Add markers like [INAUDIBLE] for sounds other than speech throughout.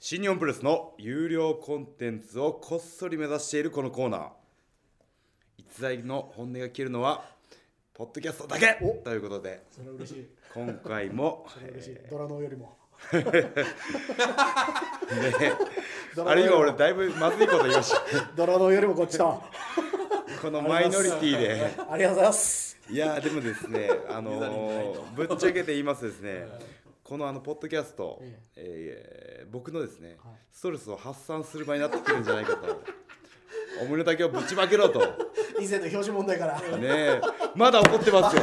新日本プロレスの有料コンテンツをこっそり目指しているこのコーナー逸材の本音が聞けるのはポッドキャストだけということでそれは嬉しい。今回も [LAUGHS] それは嬉しい。ドラノよりも。 [LAUGHS] ねドラあノれより今も俺だいぶまずいこと言いま [LAUGHS] したドラノよりもこっちと。このマイノリティでありがとうございます。いやーでもです [LAUGHS] ね、あのーぶっちゃけて言いますとですね、このあのポッドキャスト、ええー僕のですね、はいストレスを発散する場になってくるんじゃないかと、 [LAUGHS] お胸だけをぶちまけろと、ね以前の表示問題から。え、まだ怒ってますよ、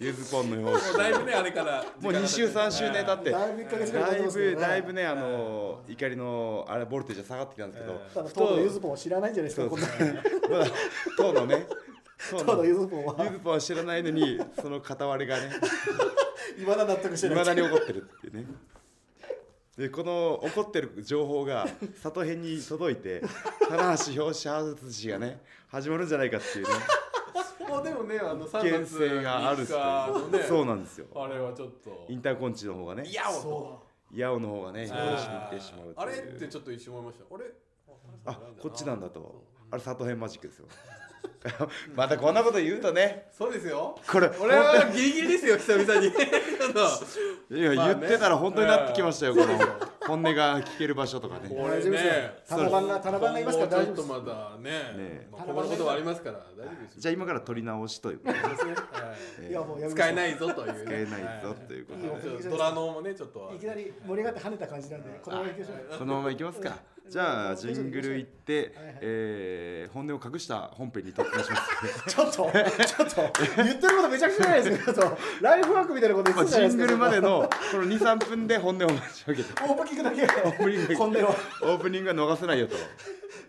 ゆずぽんの表だい紙。ぶねあれからもう2週、3週ね、経って、だいぶ1ヶ月ぐらいだ経っていますけどぶ、ねだいぶね、あのー怒りの、あれ、ボルテージは下がってきたんですけど、ただ、ふ当とのゆずぽんを知らないんじゃないですそか、うそこうんな。まだ、当のね、当当のゆずぽんはゆ、ずぽんは知らないのに、その片割れ [LAUGHS] がね、いまだ納得していないま。だに怒ってるっていうね。で、この怒ってる情報が里編に届いて、棚橋表紙外しがね、始まるんじゃないかっていうね、まあでもねあの危3険月3性があるっ日すよのねそうなんですよ。あれはちょっとインターコンチの方がね、やおそヤオの方がね、と表紙に行ってしまうという。あれってちょっと一瞬思いましたあれあ、こっちなんだと。あれ里編マジックですよ。 [LAUGHS] またこんなこと言うとね、そうですよこれ、俺はギリギリですよ久 [LAUGHS] 々にちょっといやまあ言ねってたら本当になってきましたよ、この本音が聞ける場所とかね。う。大俺ね丈夫ですよ。七番が、七番がいますから大丈今後ち夫ょっとまだねねまあ、困ることはありますから大丈夫ですよじゃあ今から取り直しということで、そうですねはいです。いや、もうやめましょう使えないぞというね、使えないぞということでいいよはいちょっとドラノもねちょっといきなり盛り上がって跳ねた感じなんで、このままいきましょう。このままいきますか。じゃあジングル行ってはいはい、えー本音を隠した本編に突入します。 [LAUGHS] ちょっと、ちょっと、言ってることめちゃくちゃじゃないですか、ちょっと。ライフワークみたいなこと言っまあてたじゃジなンいでグすルか。までのこの2、3分で本音を持ち上げて、オープニングだ [LAUGHS] け、プニングだけこん [LAUGHS] でよ。オープニングは逃せないよと。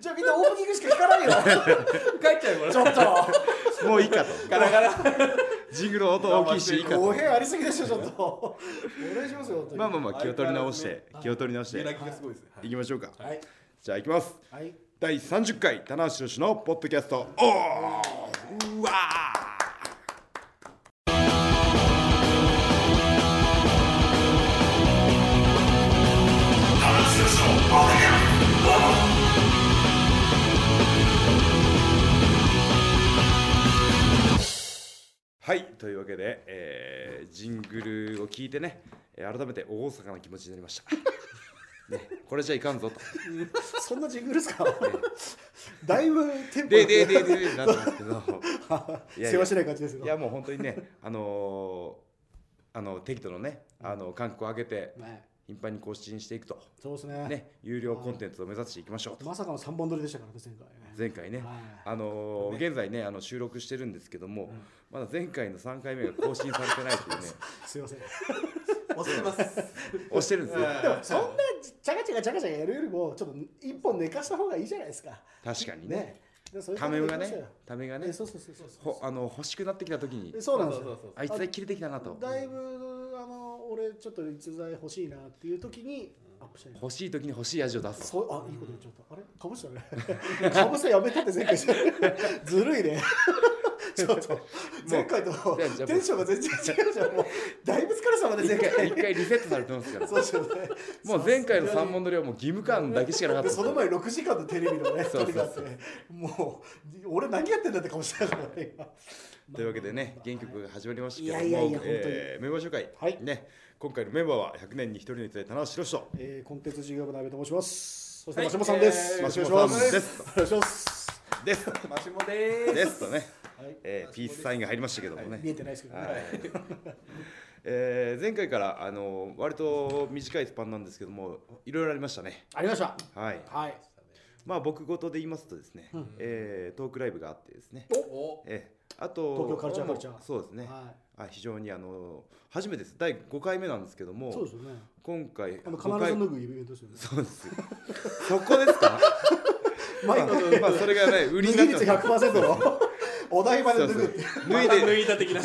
じゃあみんなオープニングしか聞か [LAUGHS] ないよ。帰っちゃうよこれちょっと。もういいかと。ガラガラジングル音大きいしいいか語と。弊ありすぎでしょちょっとお願いしますよ本当にまあまあまあ気を取り直しては、い気を取り直し揺らてぎがすごいですね、はいいきましょうか。はいじゃあいきます。はい第30回棚橋宏のポッドキャストおーうわーはいというわけで、えージングルを聞いてねえー改めて大阪な気持ちになりました、ね、これじゃいかんぞとそんなジングルですかだいぶテンポでよくででででなんですけ [LAUGHS] どいやいや世話しない感じですいよやもう本当にねあのーあの適度のねあの間隔を空けてね頻繁に更新していくとそうですねね有料コンテンツを目指していきましょうとまさかの三本撮りでしたからね前前回回ねねはいあのー現在ねあの収録してるんですけどもまだ前回の3回目が更新されてない [LAUGHS] というねすいませんで押して [LAUGHS] ます押してるんですよもそんなチャカチャカチャカチャカやるよりもちょっと一本寝かした方がいいじゃないですか確かにねねでそういうた感めじでがいきましょうねよためがえねそうそうそうそうほあの欲しくなってきた時にえそうなんですそうよそうそうあいつで切れてきたなとだいぶあの俺ちょっと逸材欲しいなっていう時にアップしたい欲しい時に欲しい味を出すとそうあいいこと言っちゃった。あれかぶしたね。 [LAUGHS] かぶせやめたって前回じゃ [LAUGHS] んずるいね。 [LAUGHS] ちょっと前回とうじゃあじゃあテンションが全然違うじゃん。もうだいぶ疲れ様で一前回。回一回リセットされてますからそうですよね。 [LAUGHS] もう前回の三問取りはもう義務感だけしかなかったでですその前6時間のテレビのねそうそうそう撮りがあってもう俺何やってんだって顔してたからね今というわけでね原曲が始まりましたけどもいやいやいやえーメンバー紹介、はいね、今回のメンバーは100年に一人の逸材田中宏人えーコンテンツ事業部の阿部と申しますそしてはいマシモさんです、えーよろしくお願いしますマお願いしますですマシモでですすとね、はいえーピースサインが入りましたけどもね、見えてないですけどね、はいえー前回からあの割と短いスパンなんですけどもいろいろありましたねありましたはいはいまあ僕事で言いますとですね、えートークライブがあってですね、おえーあと東京カルチャーカルチャーそうですね、はあ非常にあの初めてです第5回目なんですけどもい、そうですよね今回あの5必回ず脱ぐイベントですよねそうです。そこですか。毎ま回あ、まあそれがね、売りにな脱っぎちゃっ率た。 100%のお台場で脱ぐっていう脱いでで、脱いだ的な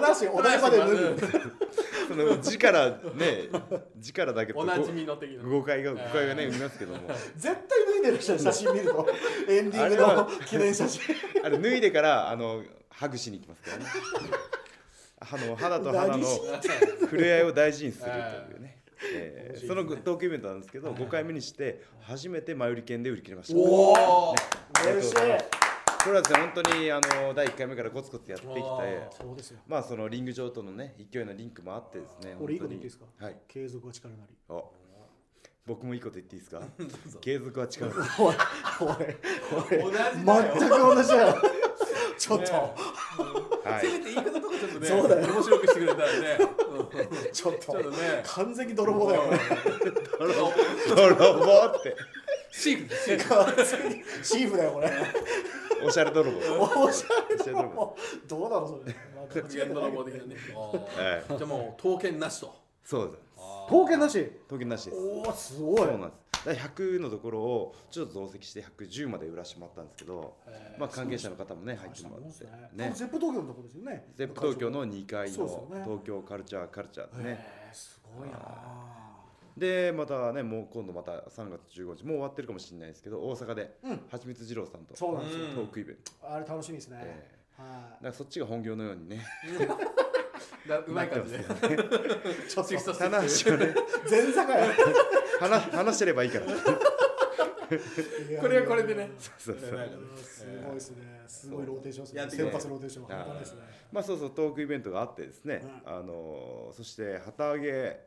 話お台場で脱ぐその字からね、字からだけど。おなじみの的な誤解が、誤解がね、生みますけども。絶対脱いでる人の写真見るとエンディングあれの記念写真あれ脱いでから、あの、ハグしに行きますからね。あの、肌と肌何のし触れ合いを大事にするというね。え面白いですーねそのトークイベントなんですけど、5回目にして初めて前売り券で売り切れました。おおありがとう嬉ごしいざいますこれはですね本当にあの第1回目からコツコツやってきてわあそうですよまあそのリング上とのね勢いのリンクもあってですね俺いいこ本当にと言っていいですかはい継続は力なりお僕もいいこと言っていいですか継続は [LAUGHS] 力ですおいおい同おいじだよ全く同じだよちょっと、はいせめて言い方とかちょっとねそうだよ面白くしてくれたらねうんちょっちょっととね完全に泥棒だよ泥棒泥棒ってシークシーク完全にチーフだよこれおしゃれ泥棒おしゃおしゃれ泥棒もうどうなのそれ格言泥棒的なねはいあーじゃあもう刀剣なしとそうです統計なし統計なしですおおすごいそうなんですだから100のところをちょっと増積して110まで売らしてもらったんですけど、へーまあ、関係者の方もね入ってもらってそうですねねゼップ東京のとこですよねゼップ東京の2階そうですよのね東京カルチャーカルチャーですねへーすごいなでまたねもう今度また3月15日もう終わってるかもしれないですけど大阪でうんはちみつ二郎さんとそうトなんですようんークイベントあれ楽しみですねえはだからそっちが本業のようにねだうまい感じでいちょっとシフトして話をね前座かよ話話してればいいから [LAUGHS] これはこれでねそうそうなんかねうんすごいですねすごいローテーションですやねっていく先発ローテーション半端ないですねまあそうそうトークイベントがあってですね、あのーそして旗揚げ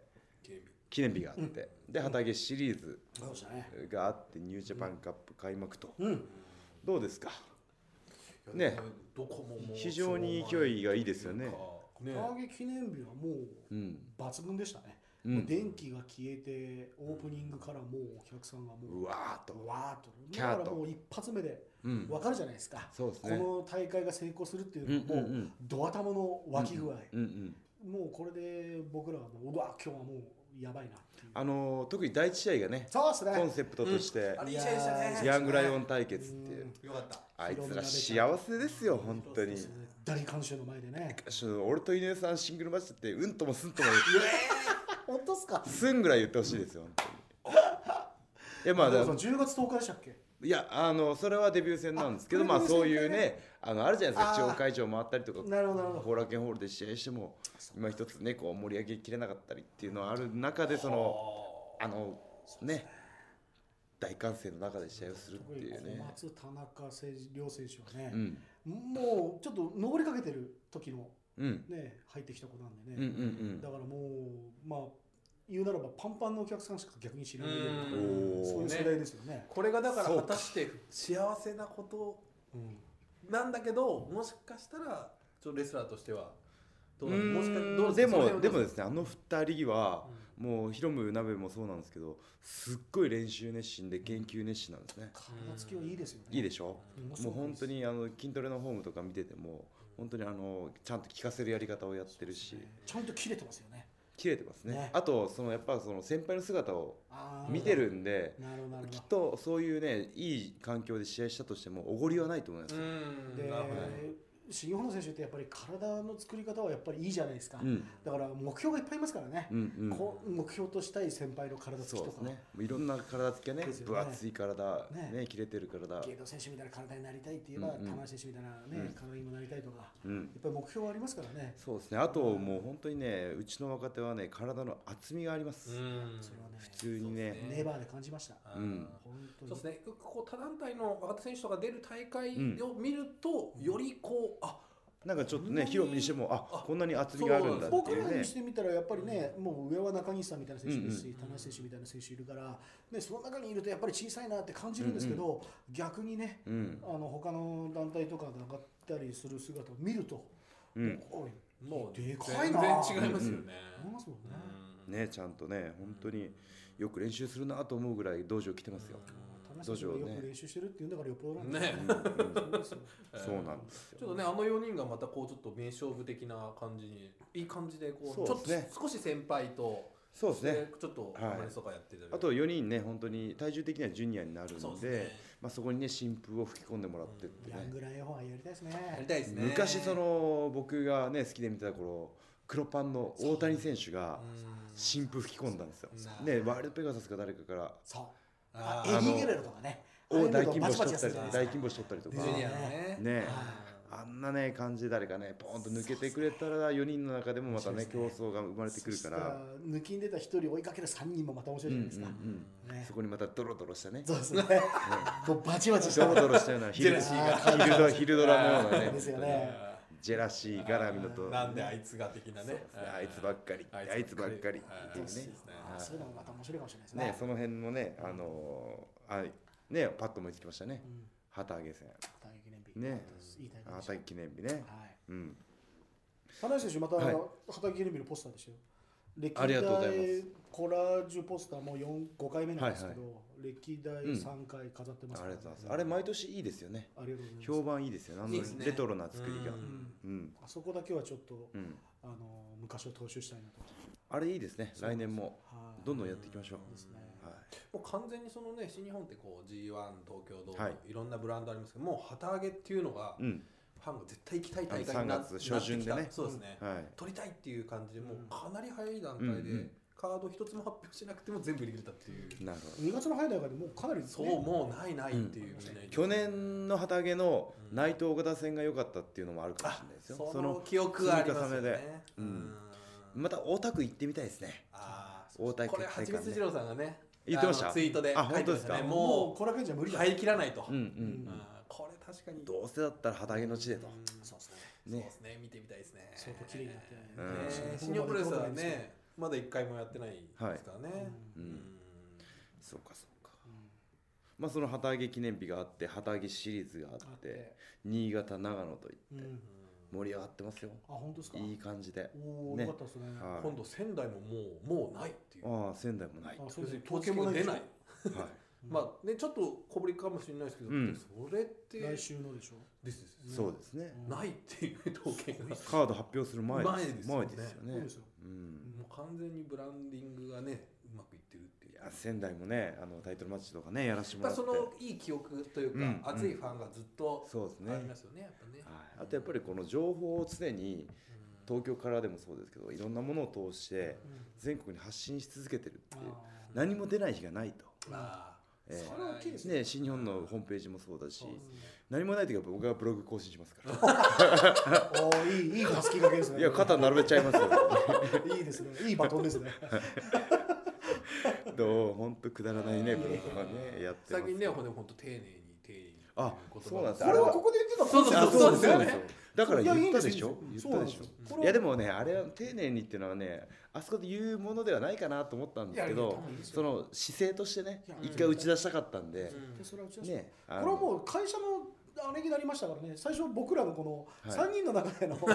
記念日があって、で旗揚げシリーズそうでしたねがあってニュージャパンカップ開幕と、うんどうですかねどこももう非常に勢いがいいですよねね打撃記念日はもううん抜群でしたねうんもう電気が消えてオープニングからもうお客さんがもううわーっとわーっとキャーとだからもう一発目でうんわかるじゃないですか、そうですこねの大会が成功するっていうのうんはうもんううんドア玉の湧きう具合、んうんもうこれで僕らはもううわ今日はもうやばいなっていうあのー特に第一試合がねそうですねコンセプトとして、あれいい試合でしたねヤングライオン対決っていう、よかったあいつら幸せですよ本当にそうですね大観衆の前で [LAUGHS] ねちょ俺と井上さんシングルマッチってうんともすんとも言って本当っすかすんぐらい言ってほしいですよ、本当に。いや、まあ、でだもその10月10日でしたっけいや、あの、それはデビュー戦なんですけど、あまあ、デビューそういう戦ねね、あの、あるじゃないですか、あー地方会場回ったりとか。なるほどなるほど後楽園ホールで試合しても、今一つね、こう盛り上げきれなかったりっていうのはある中で、その、あの、ね。大歓声の中で試合をするって特いにうね小。松田中誠司両選手はうね、ん、もうちょっと登りかけてる時のうん、ね入ってきた子なんでね、うん、うん、だからもうまあ言うならばパンパンのお客さんしか逆に知らないようなうん。おそういおう。世代ですよね。これがだからそう果かたして幸せなことうんなんだけどもしかしたらちょっとレスラーとしてはどうなのもしかどううんでその辺もはでどもうですねあの二人はうんもうヒロム鍋もそうなんですけどすっごい練習熱心で研究熱心なんですね体つきはいいですよね。いいでしょうん。もう本当にあの筋トレのフォームとか見てても本当にあのちゃんと効かせるやり方をやってるしちゃんと切れてますよね。切れてますねねあとそのやっぱその先輩の姿をあー見て。るんでなるほどなるほきっど。とそういうねいい環境で試合したとしてもおごりはないと思いますうよんでなるほどね新日本の選手ってやっぱり体の作り方はやっぱりいいじゃないですか。うんだから目標がいっぱいいますからねう。んうんこう目標としたい先輩の体つきそうとですか。ねいろんな体つきがねですよね分厚い体ねね切れてる体ゲイド選手みたいな体になりたいって言えば、うんうん玉井選手みたいなね、体にもなりたいとか、うやんっぱり目標はありますからね。そうですね。あともう本当にね、うちの若手はね、体の厚みがあります。うんそれはね、普通にねそうですねネバーで感じました。あーうん本当に。そうですねこう他団体の若手選手とか出る大会を見るとよりこうあなんかちょっとそんなね、にヒロミにしても、あ、こんなに厚みがあるんだって僕いらうねにし。てみたらやっぱりね、もう上は中西さんみたいな選手ですうんし、田中選手みたいな選手いるから、ね、その中にいるとやっぱり小さいなって感じるんですけど、逆にね、うんあ、の他の団体とかが上がったりする姿を見ると、うん、おい、もうで全かいな然違いますよね思いますもんね。うんね、ちゃんとね、本当によく練習するなと思うぐらい道場来てますよ。田中選手がどうしようねよく練習してるって言うんだからよっぽどなんだねうんうんそうですよそうなんですちょっよ。とねあの4人がまたこうちょっと名勝負的な感じにいい感じでこうそうですねちょっと少し先輩とそうですね。ちょっとはいアマレスとかやってるあと4人ね、本当に体重的にはジュニアになるそうんですでね、まあそこにね、新風を吹き込んでもらってってヤンね。グライオンはやりたいですやりね。たいですね昔その僕がね好きで見てた頃黒パンの大谷選手がうん新風吹き込んだんですよそう。ねワールドペガサスか誰かからそう。ああーエディ・ゲレロとかね。ああいをうの大金バ星チバ取チっやってたりるじゃないですか大金星取ったりとジかュニアのねねはいあんなね感じで誰かねポンと抜けてくれたら4人の中でもまたね競面白争いが生まれてくるかそしたら、抜きんでた一人追いかける三人もまた面白いじゃないですか。うんうんねそこにまたドロドロしたねそ [LAUGHS] うですね。もうバチバチしてドロドロしたようなヒルジェラシーがヒルドヒルドラのようなねですよねジェラシー絡みのとなんであいつが的なそうねですねあいつばっかりあいつばっかりあいっつていうそうねですねあそういうのもまた面白いかもしれないですね。ねその辺もねあのーあねパッと思いつきましたねうん旗揚げ戦大記念日。ねいい大会でし旗た揚げ記念日ねはい。うん田中選手また、はい畑記念日のポスターでしょ。歴ありがとうございます代コラージュポスターも四五回目なんですけど、は歴うん代三回飾ってありがとうますからごね、ざいますあれ毎年いいですよねありがとうございます。評判いいですよねあいいのですねレトロな作りがうんうんあそこだけはちょっと、うんあの昔を踏襲したいなと。あれいいですね来年もはいどんどんやっていきましょうですね。はいもう完全にそのね新日本ってこう G1 東京ドーム、はいい、ろんなブランドありますけどもう旗揚げっていうのがうんファンが絶対行きたい大会になあの3月初旬でねなってきたそうですね、はい取りたいっていう感じでもううんかなり早い段階うんうんでカード一つも発表しなくても全部入れてたっていう、なるほど2月の早い中でもうかなり、ね、そうもうないないっていう、みんな去年の旗揚げの内藤岡田戦が良かったっていうのもあるかもしれないですよそそのの記憶がありますよ積み重ねねうんうんまた大田区行ってみたいですねあー大田区これはちみつ二郎さんがね言ってましたあのツイートであ書い本てました当ですかねももうこれだけじゃ無う理だ、入りきらないと、うんうんううんんこれ確かにどうせだったら旗揚げの地でとうんそうですね。そうねですね、見てみたいですね。相当綺麗になってうんねうえん新日本プロレスはね、まだ一回もやってないですからね。ううんんそうかそうかまあその旗揚げ記念日があって旗揚げシリーズがああっってて、新潟長野というん、あ盛り上がってますよ本当ですか。いい感じでおお、ねよかったですね。は今度仙台ももう、もうないっていう。ああ仙台もないはあいそうですね。東京も出ない。うんまあね、ちょっと小ぶりかもしれないですけど、うんそれって、来週のでしょ。ですですねそうですねうんないっていう統計が。カード発表する前前ですよね前ですよそうねですようんもう完全にブランディングがね、うまくいってるってい。いうや仙台もねあのタイトルマッチとかねやらせてもやっらぱってそのいい記憶といううんか、熱いファンがずっとそうですねありますよね、やっぱね。はい、あとやっぱりこの情報を常にうん東京からでもそうですけどいろんなものを通してうん全国に発信し続けてるってあいうー何も出ない日がないと、まあ、ええそれは大きいですね。ね、新日本のホームページもそうだしそうです何もない時は僕がブログ更新します [LAUGHS] かおーいいいい助け掛けですらね。いや肩並べちゃいますよいいですね。いいバトンですね。どう本当くだらないねブログはねやってます最近ね、ほんでほんと丁寧に丁寧に。あそうなんです [LAUGHS] こあれれははここで言ってたそうそうそうそうですよねだからいやい言いっんたでですしょいいんです言ったでしょそうなんですよいやでもねあれは丁寧にっていうのはねあそこで言うものではないかなと思ったんですけいやいやど多分いいですよその姿勢としてねいや一回打ち出したかったんで、でそれはうちの人ねあこのれはもう会社のあれになりましたからね最初僕らのこのはい3人の中 [LAUGHS] でのコ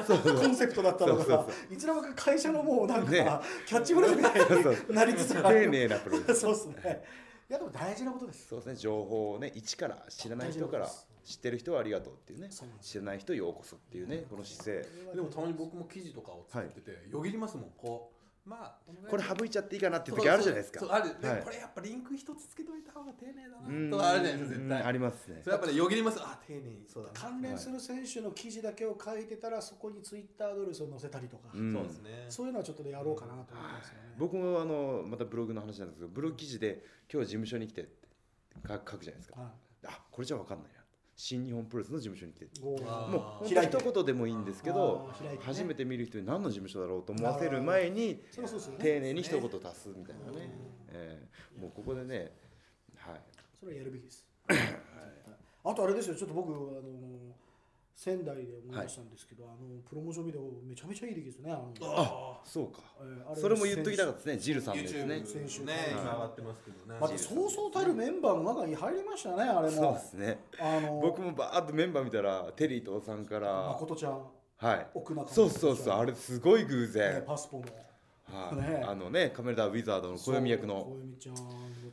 ンセプトだったのそうがそういつの間にか会社のもうなんねかキャッチフレーズみたいになりつつあ [LAUGHS] 丁る寧なプロレスそうですねいやでも大事なことですそうですね情報をね一から知らない人から大事なこ知ってる人はありがとうっていうねそうなんです知らない人ようこそっていうねこの姿勢でもたまに僕も記事とかを作ってて、よぎりますもん、こう。まあ、これ省いちゃっていいかなっていうそう時あるじゃないですそうかそうある、ではいこれやっぱリンク一つつけといた方が丁寧だうな。んとかあるじゃないですか、絶うんあ対。りますねそれやっぱりよぎります。あ、丁寧に。そうだな。関連する選手の記事だけを書いてたらそこにツイッターアドレスを載せたりとかうんそうですね。そういうのはちょっとねやろうかなと思いますよね僕もあのまたブログの話なんですけどブログ記事で今日事務所に来てって書く書くじゃないですかはいあこれじゃ分かんないな新日本プロレスの事務所に来てっておーあーもう本当開いて一言でもいいんですけどあー開いてね初めて見る人に何の事務所だろうと思わせる前にそりゃそうですよね丁寧に一言足すみたいなね、ええもうここでねはいそれはやるべきです。あとあれですよ、ちょっと僕、あの仙台で思い出したんですけど、あのプロモーションビデオ、めちゃめちゃいい出来ですね。あのあそうかえーあそれも言っときたかった選ですねジルさんのやつ YouTube ねね、先週今上がってますけどね手。またそうそうたるメンバーの中に入りましたね、あれそうもで。すねあの僕もバーッとメンバー見たらテリーとおさんから誠ちゃん、はい奥中そうそうそうあれすごい偶ね然、パスポのはい、ねあのねカメラダーウィザードの暦役そうの小泉ちゃん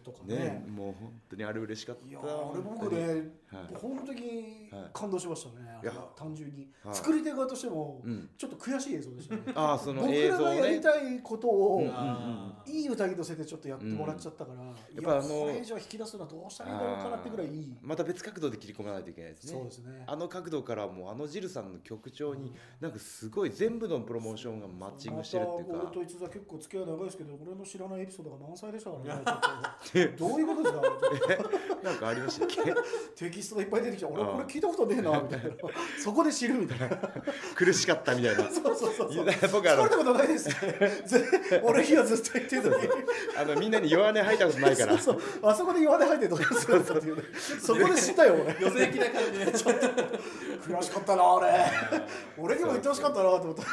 とかね。ねもう本当にあれ嬉しかったいやーあれ僕ね、はい本当に感動しましたね、あれはいや単純に、はい作り手側としても、うんちょっと悔しい映像でしたね。ああその僕映ら像がやりねたいことを、うんあーいい歌に乗せてちょっとやってもらっちゃったから、んいやっぱやあのこれ以上引き出すのはどうしたらいいんだろうかなってぐらいいい、また別角度で切り込まないといけないですねそうですねあの角度からもうあのジルさんの曲調になんかすごい全部のプロモーションがマッチングしてるっていうまたか俺と逸材結構付き合い長いですけど俺の知らないエピソードが満載でしたからねちょっ [LAUGHS] とどういうことですかちょっなんかありましたっけとテキストがいっぱい出て [LAUGHS] きて俺これ聞いたことねえなみたいなそこで知るみたいな苦しかったみたいな。 [LAUGHS] そうそうそうそういや僕あ疲のれたことないですねぜ俺にはずっと言ってるのにあのみんなに弱音吐いたことないから。そうそうあそこで弱音吐いてどうするんだっていうねそこで知ったよ俺寄せ行きな感じでちょっと悔しかったな俺俺にも言ってほしかったなと思った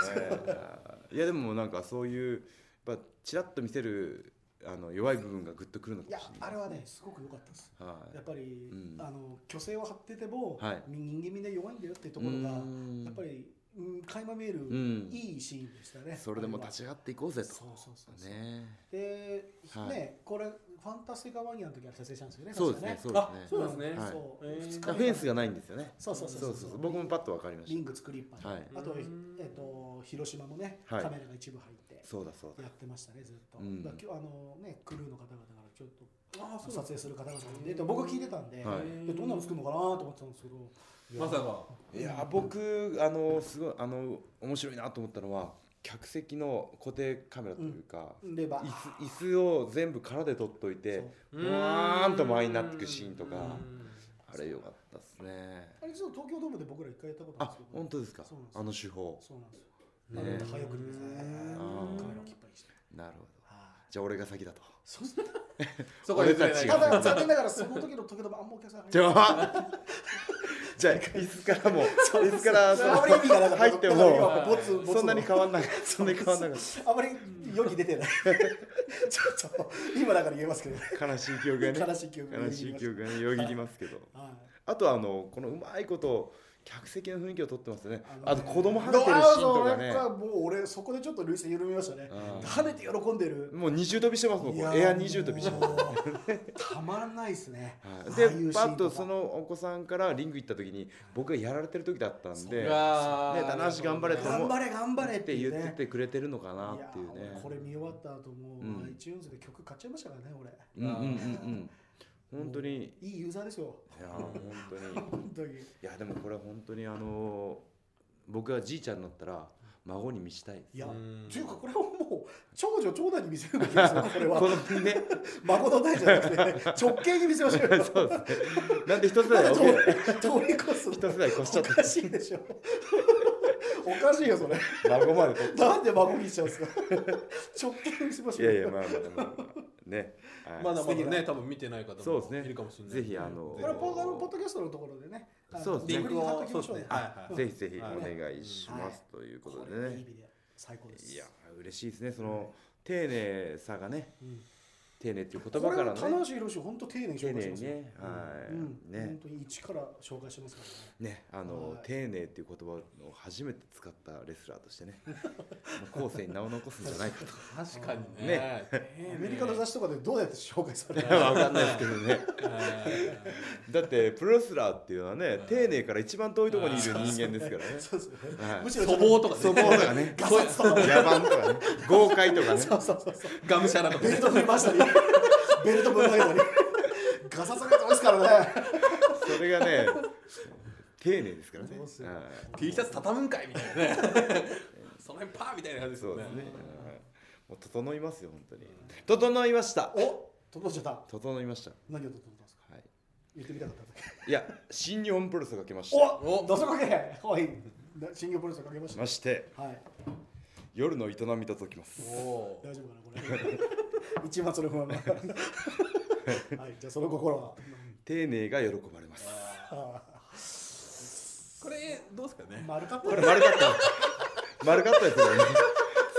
いやでもなんかそういうやっぱちらっと見せるあの弱い部分がグッとくるのいかやもしれなあい。れはねすごく良かったですはいやっぱり、うんあの虚勢を張ってても、はい人間みんな弱いんだよっていうところがうーんやっぱり、うん、垣間見える、うんいいシーンでしたねそれでもあは立ち上がっていこうぜと。そうそうそうそうね。で、はいねこれファンタスティカワニアの時は撮影したんですよねそうですね。そう確ですねあそうですねはいそうへー二。日フ目ェンスがないんですよね。そうそうそうそうそうそう。僕もパッとわかりまリしング作りっぱな、はいあとうーんえっ、と広島のねカはいメラが一部入ってた。そうだそうだや。ってましたねずっと、うんだから今日あのねクルーの方々からちょっとああ撮そう影する方々なんでで僕聞いてたんで、はいでどんなの作るのかなと思ってたんですけどまさかいや僕あのすごいあの面白いなと思ったのは客席の固定カメラというか、でば椅子椅子を全部空で取っといてううーんわーんと前になってくシーンとかうあれ良かったですねあれちょっと東京ドームで僕ら一回やったことああるんですけど、本当ですかそうなんですよあの手法そうなんですねよ。なんで早送りですね。あはーいカメラをきっぱりして。なるほどはいじゃあ俺が先だ [LAUGHS] とそうですねそこは譲れない違うかたらだ残念ながらその時の時々あんまお客さん入じゃらない。あじゃあ椅子からも椅子からそあまり意味がのなかった入ってだからも今ボツボツのそんなに変わんなか [LAUGHS] ったそんなに変わんなかっあまり世に出てない。 [LAUGHS] ちょっと今だから言えますけどね。た悲しい記憶がね悲しい記憶が悲しい記憶がねよぎりますけどはい。あとはあのこのうまいこと客席の雰囲気をとってますよね。あとね子供跳ねてるシーンとかあねそう。なんもう俺そこでちょっと涙腺緩みましたね。うん跳ねて喜んでる。もう二重跳びしてますもん。こうエア二重跳びしてます。もうたまらないですね。はいああいうでシパッーンととかそのお子さんからリング行った時に僕がやられてる時だったんで、うねわー棚橋頑張れと思頑う張れ頑張れって言ってねてくれてるのかなっていういやねー俺。これ見終わった後もう、うん iTunes で曲買っちゃいましたからね俺うんうんうんうん。本当にいいいユーザーですよやー本当に本当にいやでもこれは本当にあのー僕がじいちゃんになったら孫に見したいです。いやうんというかこれはもう長女長男に見せるべきですよこれこはのね、孫の代じゃなくて直系に見せましょうよ [LAUGHS] そうですね。なんで一つ [LAUGHS] だよ。通り越す一世代越しちゃおったかしいでしょおかしいよそれ孫まで取っなんで孫にしちゃうんですか直系に見せましょいうよやいやまあまあまあまあね、はいまだまだ素敵ねな多分見てない方そうですもねいるかもしれないぜひあのこれはポッドあのポッドドキャストのところでねあのそうですねリンクに貼っときましょうリンクをそうですねはいはいはいぜひぜひはいお願いします、というこことでれいいね意味で最高ですいや嬉しいですねその丁寧さがねうん丁寧っていう言こ葉れかはら田ね中宏氏、本当丁寧に丁紹介し寧まにすよ。ねはい、うん、本ね当に一から紹介してますからね。ねあの、はい丁寧っていう言葉を初めて使ったレスラーとしてねもう後世に名を残すんじゃないかと確かに [LAUGHS] ねねねアメリカの雑誌とかでどうやって紹介されるいや [LAUGHS] わかんないですけどねはいだってプロレスラーっていうのはね丁寧から一番遠いところにいる人間ですからね [LAUGHS] そうですよね。はいむしろ粗暴とかね粗暴とかねガサツと [LAUGHS] か、野蛮とかね豪快とかねそうそうそうそう。 [LAUGHS] がむしゃらとかベねルト振りましたり、ベルトぶん投げたり、ガサツが多いですからね。それがね丁寧ですからねそうっすよはい T シャツ畳むんかいみたいなね [LAUGHS] その辺パーみたいな感じですそようねですねはいもう整いますよ本当に整いましたお、整っちゃった。整いました何を整ったんですか。はい言ってみたかったんだけいや新日本プロレスがけましど。たお、どそかけ。はい。な新業プロレスかけましたま。してはい。夜の営みと解きますおー大丈夫かなこれ。 [LAUGHS] 一番それ不安 [LAUGHS] な。はい。じゃあその心は。丁寧が喜ばれますあーこれどうですかね丸かっこたれ丸かった丸かったですよね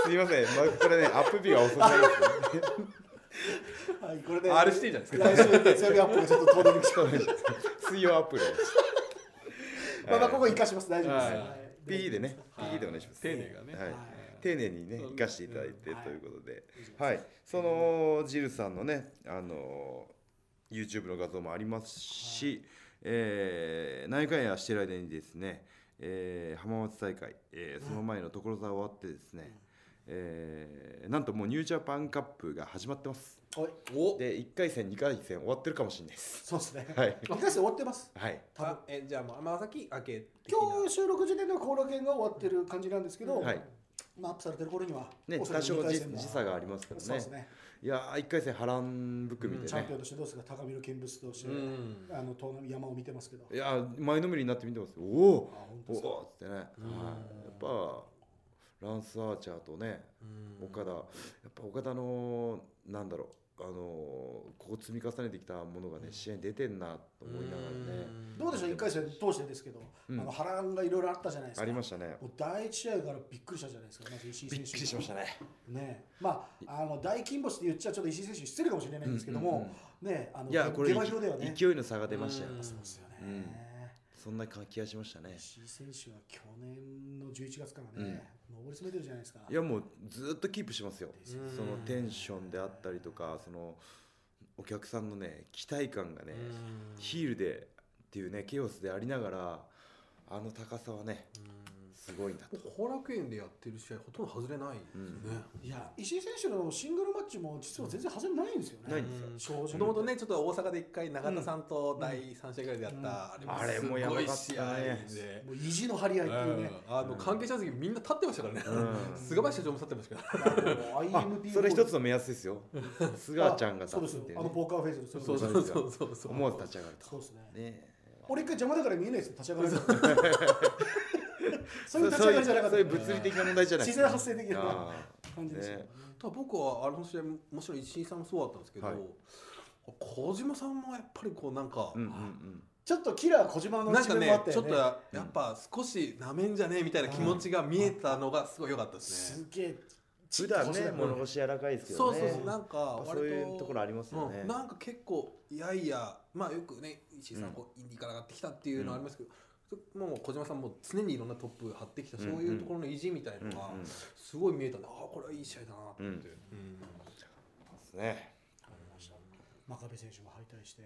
すいません、ま、これねアップ日が遅くなります [LAUGHS] ねはい、これで RCT じゃないですか来週月曜日アップがちょっと遠のきしそうなんです水曜アップがまあまあここ生かします大丈夫です、はいはい P でねはい P でお願いします丁寧がねはいはい丁寧にねそう生かしていただいてうんということで、ははい、そのジルさんのね、あの YouTube の画像もありますし、えー、何回やしてる間にですね、えー浜松大会、えーその前の所沢終わってですね、えーなんともうニュージャパンカップが始まってます。おいおで1回戦2回戦終わってるかもしれないです。 [LAUGHS] そうですねはい2回戦終わってますはい多分あえじゃあまあまあ先明け的な今日収録時点では後楽園が終わってる感じなんですけど、はいまあ、アップされてる頃には、ね、おそら多く少二回時戦も時差がありますからそうでねすねいやー1回戦波乱含みうんでチャンねピオンとしてどうですか高みの見物として、うんあの遠野山を見てますけどいやー前のめりになって見てますよおあお本当おですかおっつってね、はい、うんやっぱランスアーチャーとねうん岡田やっぱ岡田のなんだろうあのーこう積み重ねてきたものがね試合に出てんなと思いながらねどうでしょう1回戦通してですけど、うんあの波乱がいろいろあったじゃないですかありましたねもう第一試合からびっくりしたじゃないですか、まず石井選手たがねねまあ、あの大金星って言っちゃちょっと石井選手に失礼かもしれないんですけども、ねあのいや下これ下馬評ではね、勢いの差が出ましたようんそうですよね、そんな感じがしましたね石井選手は去年の11月からね、上り詰めてるじゃないですか。いやもうずっとキープしますよですよねそのテンションであったりとかそのお客さんのね期待感がねヒールでっていうねケイオスでありながらあの高さはねすごいんだと後楽園でやってる試合ほとんど外れないですよね。いや石井選手のシングルマッチも実は全然外れないんですよね。ないんですよう正直んもともとね、ちょっと大阪で一回、永田さんと第三試合ぐらいでやった、うんあれもやばかったねすごい試合でもう意地の張り合いっていうね。うんあの関係者席みんな立ってましたからね、うん菅林社長も立ってましたから、あのあ IMP それ一つの目安ですよあスガちゃんが立そうでつすっよていあうのねポーカーフェイスのそうそうですそうそうそうそう、思わず立ち上がるそうですね。とね俺一回邪魔だから見えないですよ立ち上がるから。そういう立ち上がりじゃなかった。そういうそういう物理的な問題じゃない自然発生的なあ感じでしたよね。ただ僕はあの試合ももちろん石井さんもそうだったんですけど、はい小島さんもやっぱりこうなんか、ーうんうんうんちょっとキラー小島のなん一か面もあねってちょっとね。ややっぱ少しなめんじゃねえみたいな気持ちが見えたのがすごい良かったですね。すげえ。普段そうでねすね物腰柔らかいですけそどうねそうそうなんかやっぱ割とそういうところありますよねうんなんか結構いやいやまあよくね石井さんこうインディーから上がってきたっていうのはありますけど、もう小島さんも常にいろんなトップ張ってきた、んうんそういうところの意地みたいうんうのがんすごい見えたんで、ああこれはいい試合だなと思って、ですね真壁選手も敗退して。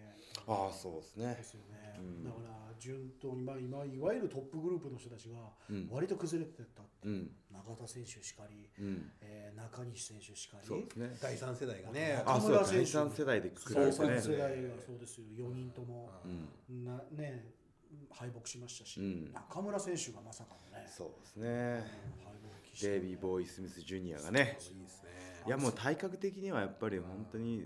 ああそうですねですよね、うんだから順当に、まあ、今いわゆるトップグループの人たちがうん割と崩れてった、うん中田選手しかり、うんえー中西選手しかりそうですね第三世代がねあそうだ中村選手第三世代でくくそらうれそてうね世代がそうですよ4人とも、うんなね、敗北しましたし、うん中村選手がまさかのね、そうですね敗北喫してデイビー・ボーイ・スミス・ジュニアがねいいですねいやもう体格的にはやっぱり本当に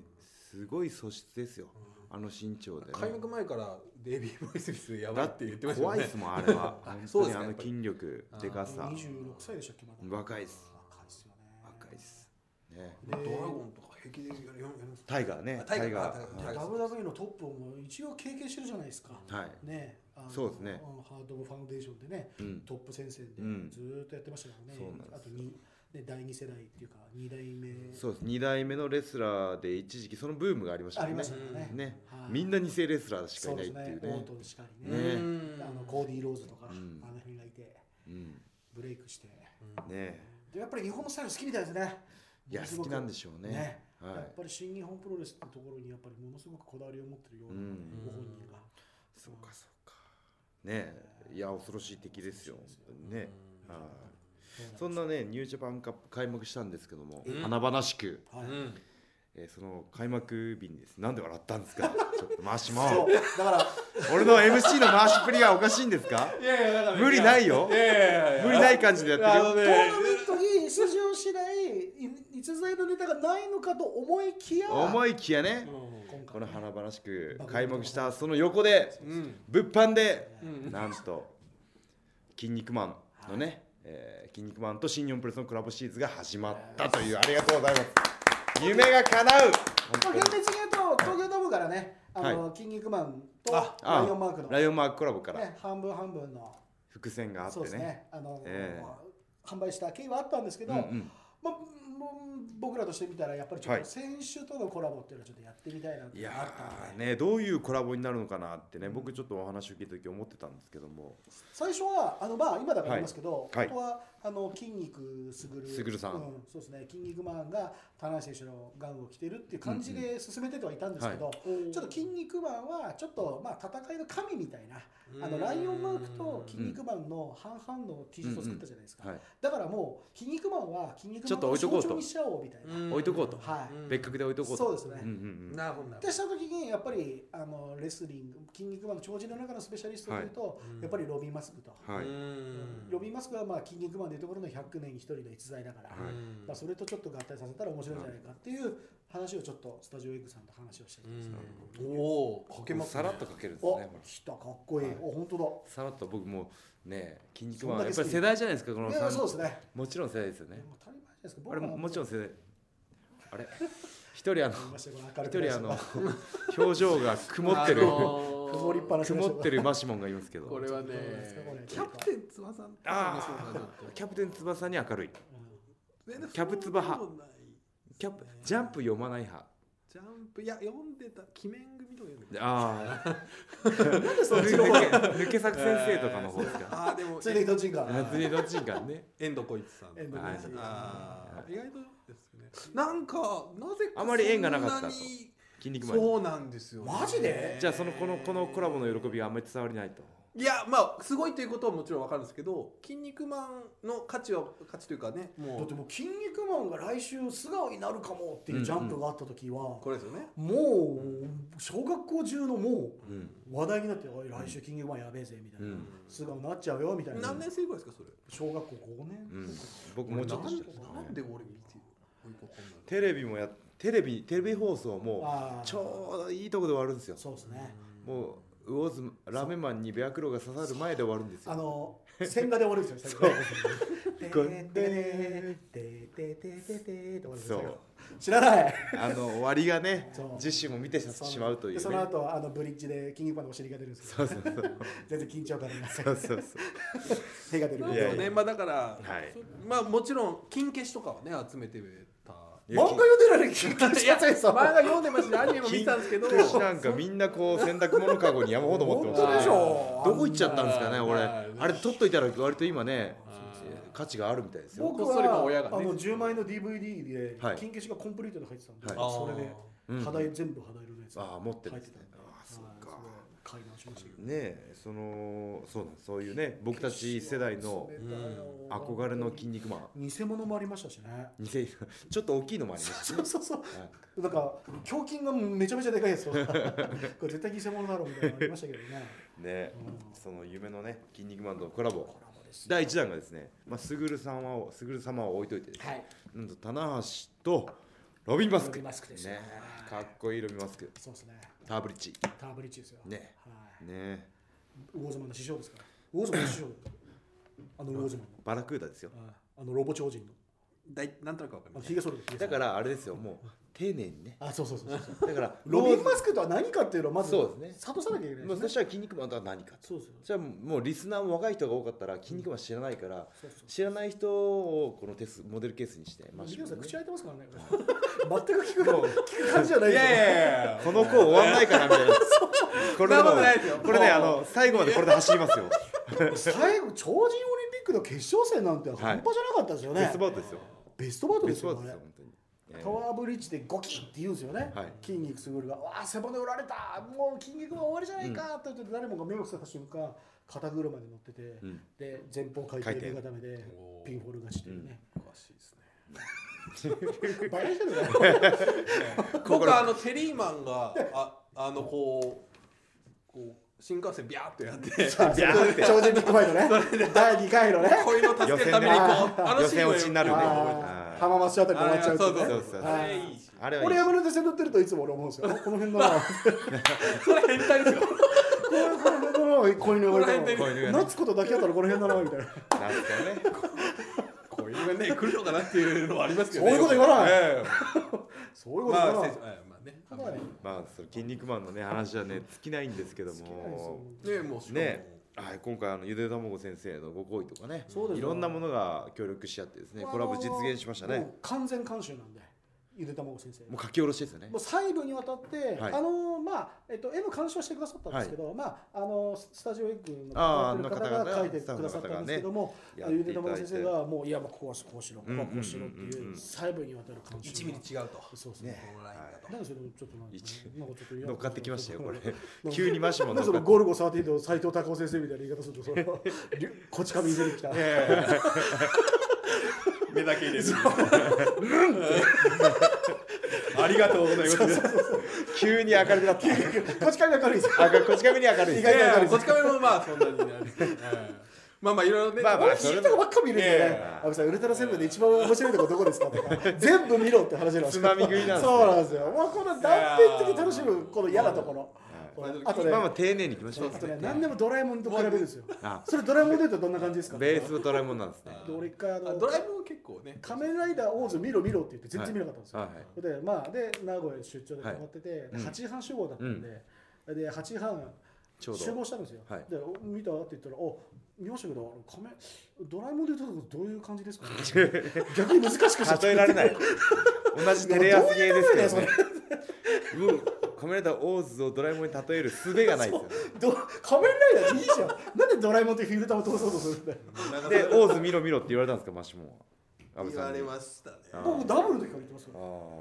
すごい素質ですよあの身長でね開幕前からデイビー・ボイスミスやだばいっってて言ってましたよ怖いねですもんあれはあ本そう当にですかあの筋力やっぱでりかさ26歳でしたっけまだ若いっす若いっすよね若いっすねまあドラゴンとか平気でやるやるやるんですタイガーねあタイガータイタイガガーー WWE のトップをもう一応経験してるじゃないですか、はいねあのそうですねんハードオブファウンデーションでね、うんトップ戦線でうんずーっとやってましたからね、そうなんですよあとに、ね、第二世代っていうか二代目そうです2代目のレスラーで一時期そのブームがありましたあよりまねしたからねねはいみんな2世レスラーしかそいうなでいっすていねうオーねトンしかりねねうんあのコーディー・ローズとか、うんあの辺がいてうんブレイクしてねでやっぱり日本のスタイル好きみたいですねいやものす好ごきくなんでしょうねねはやいっぱり新日本プロレスってところにやっぱりものすごくこだわりを持ってるような、ねうんご本人が、そうかそうかねいや恐ろしい敵ですよ本当にねはいそんなねニュージャパンカップ開幕したんですけども、うん華々しく、はい、うんえーその開幕日にですなんで笑ったんです [LAUGHS] かちょっと回しもそうだから俺の MC の回しっぷりがおかしいんですかいやいやだから無理ないよいやいやいや無理ない感じでやってるあのよ、トーねナメントに出場しないい逸材のネタがないのかと思いきや思いきやね、今こ回の華々しく開幕したその横でうん物販で、うんなんと「筋肉マン」のね、えー筋肉マン」と新日本プロレスのコラボシリーズが始まったという、ありがとうございます夢が叶うまあ厳密に言うと東京ドームからねあの、は筋肉マンとあライオンマークの、ライオンマークコラボから、ね、半分半分の伏線があってそうですねねあの、え販売した経緯はあったんですけど、うんうんまあ、もう僕らとしてみたらやっぱりちょっはいと選手とのコラボっていうのはちょっとやってみたいなっていいうのやがあったのーで、ねどういうコラボになるのかなってね僕ちょっとお話を聞いた時思ってたんですけども最初はあのまあ今だから言いますけど、はいはい本当はあの筋肉すぐるすぐるさんうん、そうですね筋肉マンが田中選手のガンを着てるっていう感じで進めててはいたんですけど、ちょっと筋肉マンはちょっとまあ戦いの神みたいな、あのライオンマークと筋肉マンの半々の T シャツを作ったじゃないですか、はいだからもう筋肉マンは筋肉でちょっと置いとこうと早朝にしちゃおうみたいな、うん置いとこうとはいうん別格で置いとこうとそうですね、うんうんうんなるほどなるでした時にやっぱりあのレスリング筋肉マンの超人の中のスペシャリストというと、うんやっぱりロビン・マスクと、ほどはい、うんロビン・マスクはまあ筋肉マンでいうところの100年に一人の逸材だから、はまいうんあそれとちょっと合体させたら面白いんじゃないかっていう話をちょっとスタジオエッグさんと話をしたりですね、うんおおかけますさねらっとかけるんですおね。来たかっこいい、はいお本当さらっと僕もうね筋肉マンはそんやだけっぱり世代じゃないですかこだのいや三そうですねもちろん世代ですよね。当たり前じゃないですか僕あれももちろん世代。あ [LAUGHS] れ一人あのありましたよこの明る一くなり人まあしたの表情が曇ってるあのー曇りっぱなし曇ってるマシモンがいますけこど。れはねどうなんですかこれキャプテン翼の話だなちょっとキャプテン翼に明るい。全然キャプツバ派そうでもないキャプジャンプ読まない派。ジャンプいや読んでた鬼面組とか読んでたああ。なんでそっちの方が抜け作先生とかの方ですか。あーでもついでどっちがあー次どっちかね。遠藤浩一さん遠藤浩一ささんんあー意外とですねなんかなぜかあまり縁がなかったとそんに筋肉マンに。そうなんですよねマジでじゃあそのこのこのコラボの喜びがあんまり伝わりないと。いやまあすごいということはもちろんわかるんですけど「筋肉マン」の価値は価値というかねだもってうもう「筋肉マン」が来週素顔になるかもっていうジャンプがあった時は、これですよねもう小学校中のもうん。う話題になって「おい来週筋肉マンやべえぜ」みたいな、うん素顔になっちゃうよみたいな何年生ぐらいですかそれ小学校5年、うん。僕もうちょっとしたですねなんで俺見てるもう一個わかんないテレビもやテレビテレビ放送もああちょうどいいとこで終わるんですよ。そうですねもう魚津ラーメンマンにベアクロが刺さる前で終わるんですよ。あの線画で終わるんですよ最後ね「てーてーてーてーてーてー」って終わるんですよ知らないあの終わりがねそう、自身も見てしまうという、でね。その後あのブリッジで筋肉マンのお尻が出るんですけそどうそうそう。全然緊張感ないそうそうそ手が出るなんいだやろういやねまあだから、はいそまあもちろん金消しとかはね集めてたう。漫画読んでられる緊張いや感ない漫画読んでましたしアニメも見てたんですけど引っ越しなんかみんなこう洗濯物かごに山ほど持ってました、本当でしょどこ行っちゃったんですかねあんな俺あれ取っといたら割と今ねあー価値があるみたいですよ僕こっそりまあは、親がねあの10枚の DVD ではい金消しがコンプリートで入ってたんで、はそれでうん肌色全部肌色のやつああ持ってるん入っでてすたねんでああそそううかか買い直しましたけどねえそのそうなんそういうね僕たち世代のうん憧れの筋肉マン偽物もありましたしね似ているちょっと大きいのもありましたそうそうそうはいなんか胸筋がめちゃめちゃでかいやつとか [LAUGHS] これ絶対偽物だろうみたいなのありましたけどねね、その夢のね「筋肉マン」とのコラボコラボです第1弾がですね、まあ、すぐる様をすぐる様を置いといてですね、はいなんと棚橋とロビン・マスロクビンマスクですねかっこいいロビン・マスクそうですねターブリッジターブリッジですよねはいね魚妻の師匠ですから魚妻の師匠あの魚妻のバラクーダですよあのロボ超人のだいなんとなくわかりあまのすヒゲ剃るヒゲ剃るだからあれですよもう丁寧にねあそうそうそうそうだからロビン・マススクとは何かっていうのをまずそうですね諭さなきゃいけないもでうすそね。したら筋肉マンとは何かそうですよじゃあもうリスナーも若い人が多かったら筋肉マン知らないからそうそう知らない人をこのテスモデルケースにしてまあ、マシ皆ュさんマロ口開いてますからね。全く聞くもう聞く感じじゃないですよ。やこの子終わんないかなみたい [LAUGHS] なこれでそんなもことないですよこれねもうあの最後までこれで走りますよ最後超人オリンピックの決勝戦なんて半端じゃなかったですよね。ベストバウトですよベストバウトベでスすトバよウトですよね。本当にタワーブリッジでゴキッって言うんですよね。はい筋肉すぐるが、わあ背骨折られた、もう筋肉も終わりじゃないかって言って誰もが目を伏せた瞬間、肩車で乗ってて、うんで前方回回転転目がダメでおーピンホール勝ちというね。詳しいですねバカじゃない [LAUGHS] 僕あのテリーマンがああのこうこう新幹線ビャーってやって超人ビッグファイトね。第2回のね。恋の助けるためにこうあの予シーン選は落ちになるねあうーん浜松あたりで終わっちゃうあとそうねそうそうそうあれいいしあれはいい俺山手線乗ってるといつも俺思うん [LAUGHS] ですよ。この辺だな。こそれ変態ですよの辺だな。子犬がこの辺いだよたな。夏子と抱き合ったらこの辺だなみたいな。なんですかね恋がね来るのかなっていうのはありますけどそういうこと言わないえそういうえことまだあな。先生ええまあねあんまりまあその筋肉マンのね話はね尽きないんですけど好きなんですよもねもうしかもねはい今回あのゆでたまご先生のご好意とかねそうですいよろんなものが協力し合ってですねコラボ実現しましたねもう完全監修なんで、ゆでたまご先生。もう書き下ろしですよねもう細部にわたって、はいあのまあえっと絵の監修はしてくださったんですけど、まああのススタジオエッグのあー関わってる方あのが方書々いてくださったんですけども、スタッフの方がねあのゆでたまごやってい先ただい生てがもういやまあこうはこうしろ、こうはこうしろってうんうんうんいううん細部にわたる監修。 1ミリ違うとそうですね。ねこのラインだとなんでそれちょっとなんか一なんかちょっと嫌な乗っかってきましたよこれなんか急にマシモなンんで乗っそかのっゴルゴ13の斎藤孝 [LAUGHS] 夫先生みたいな言い方するとそのりゅこち亀いじりきたて目だけ入れる [LAUGHS] ありがとうござい [LAUGHS] ます急に明るくなったこち亀が明るいですあこっち髪に明るい意です外と明るいこっち亀もまあそんなにねあれですけどねまあまあいろいろねまあまあ俺聞いたとこばっか見るんだよいやいねや安倍さんウルトラセブンで一番面白いとこどこですかとか全部見ろって話なんですつまみ食いなんですねそうなんですよもうこの断片的に楽しむこの嫌なところはいあとねまあまあ丁寧にいきましちょょっうとね何でもドラえもんと比べるんですよあそれドラえもんで言うとどんな感じですかベースのドラえもんなんですねで俺一回ああのドラえもんは結構ね仮面ライダーオーズ見ろ見ろって言って全然見なかったんですよ、はいはいでまあで名古屋に出張で泊まってて、でうん8時半集合だったんで、で8時半ちょう集ど合したんですよ、はいでお見たって言ったら「お見ましたけどあの仮面ドラえもんで言ったとこどういう感じです [LAUGHS] か、ね?」逆に難しくしちゃって例えられない同じテレ朝系ですけどねうんカメラだオーズをドラえもんに例える術がないですよねど仮面ライダーでいいじゃんなんでドラえもんってフィルターを通そうとするんだよで、オーズ見ろ見ろって言われたんですか、マシモンは。安倍言さわんにれましたねあ僕ダブルの時から言ってますよ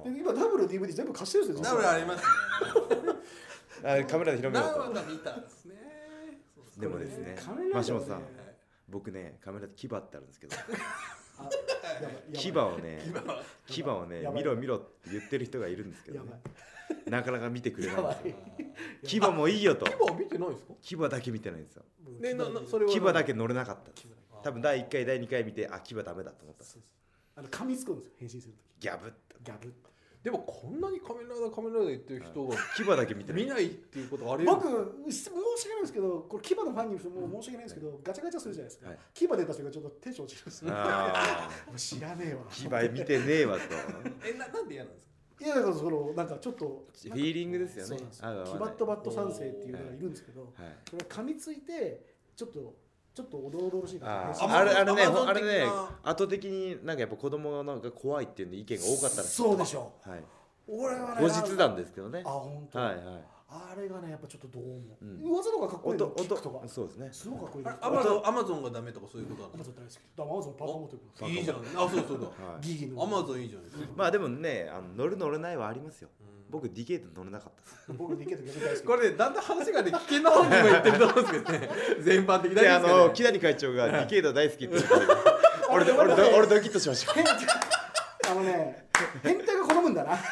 あで今ダブルの DVD 全部貸してるんですよダブルありますねーあ、カメラで広めよう何と。話見たんですねそうそうでもですね仮面、マライダシモーはンねさんは、い僕ね、カメラで牙ってあるんですけど、あやばいやばい牙をね、今は牙をねやば、い見ろ見ろって言ってる人がいるんですけやどばいね、なかなか見てくれないんですよ。牙やもいいよと、今は見てないですか牙だけ見てないんですよ。ねななそれは牙だけ乗れなかったです。あー多分第1回、第2回見て、あ、牙ダメだと思ったんです。あの噛みつくんですよ変身するとギャブって。きギャブでもこんなに仮面ライダー仮面ライダー言ってる人が牙だけ見てな見い。ないっていうことはあり得る僕申し訳ないんですけどこれキバのファンにも申し訳ないんですけど、ガチャガチャするじゃないですか、はいキバ出た瞬間ちょっとテンション落ちるんですよあも [LAUGHS] う知らねえわあ、牙見てねえわと。えななんで嫌なんですかいやだからそのなんかちょっと [LAUGHS] フィーリングですよそうねなん。です合う合わないキバットバット三世っていうのがいるんですけど、はい。それが噛みついてちょっとちょっとおどろおどろしいあ感じーでああれあれね、アマゾンあれね的な、圧倒的になんかやっぱ子供がなんか怖いっていう意見が多かったらしいそうでしょはい。俺はね後日談ですけどね。あは本当、いはい。あれがねやっぱちょっとどうも、うん技とかかっこいいのキックとか音そうですね。すごくかっこいいのあれアマゾンアマゾンがダメとかそういうことなアんでマすゾン大好きだからアマゾンパーカー持ってくるかいいじゃんあそうそうだはギギのアマゾンいいじゃないですかい。まあでもね、あの乗る乗れないはありますよ。うん僕ディケイト乗れなかったです。僕できると逆に大好きこれねだんだん話がね危険な方にも言ってると思うんですけどね全般的にで、あ大丈夫のです木谷会長がディケイト大好きって言ってたから。 [LAUGHS] 俺ど俺ど俺ドキッとしましあのね、変態が好むんだな。た。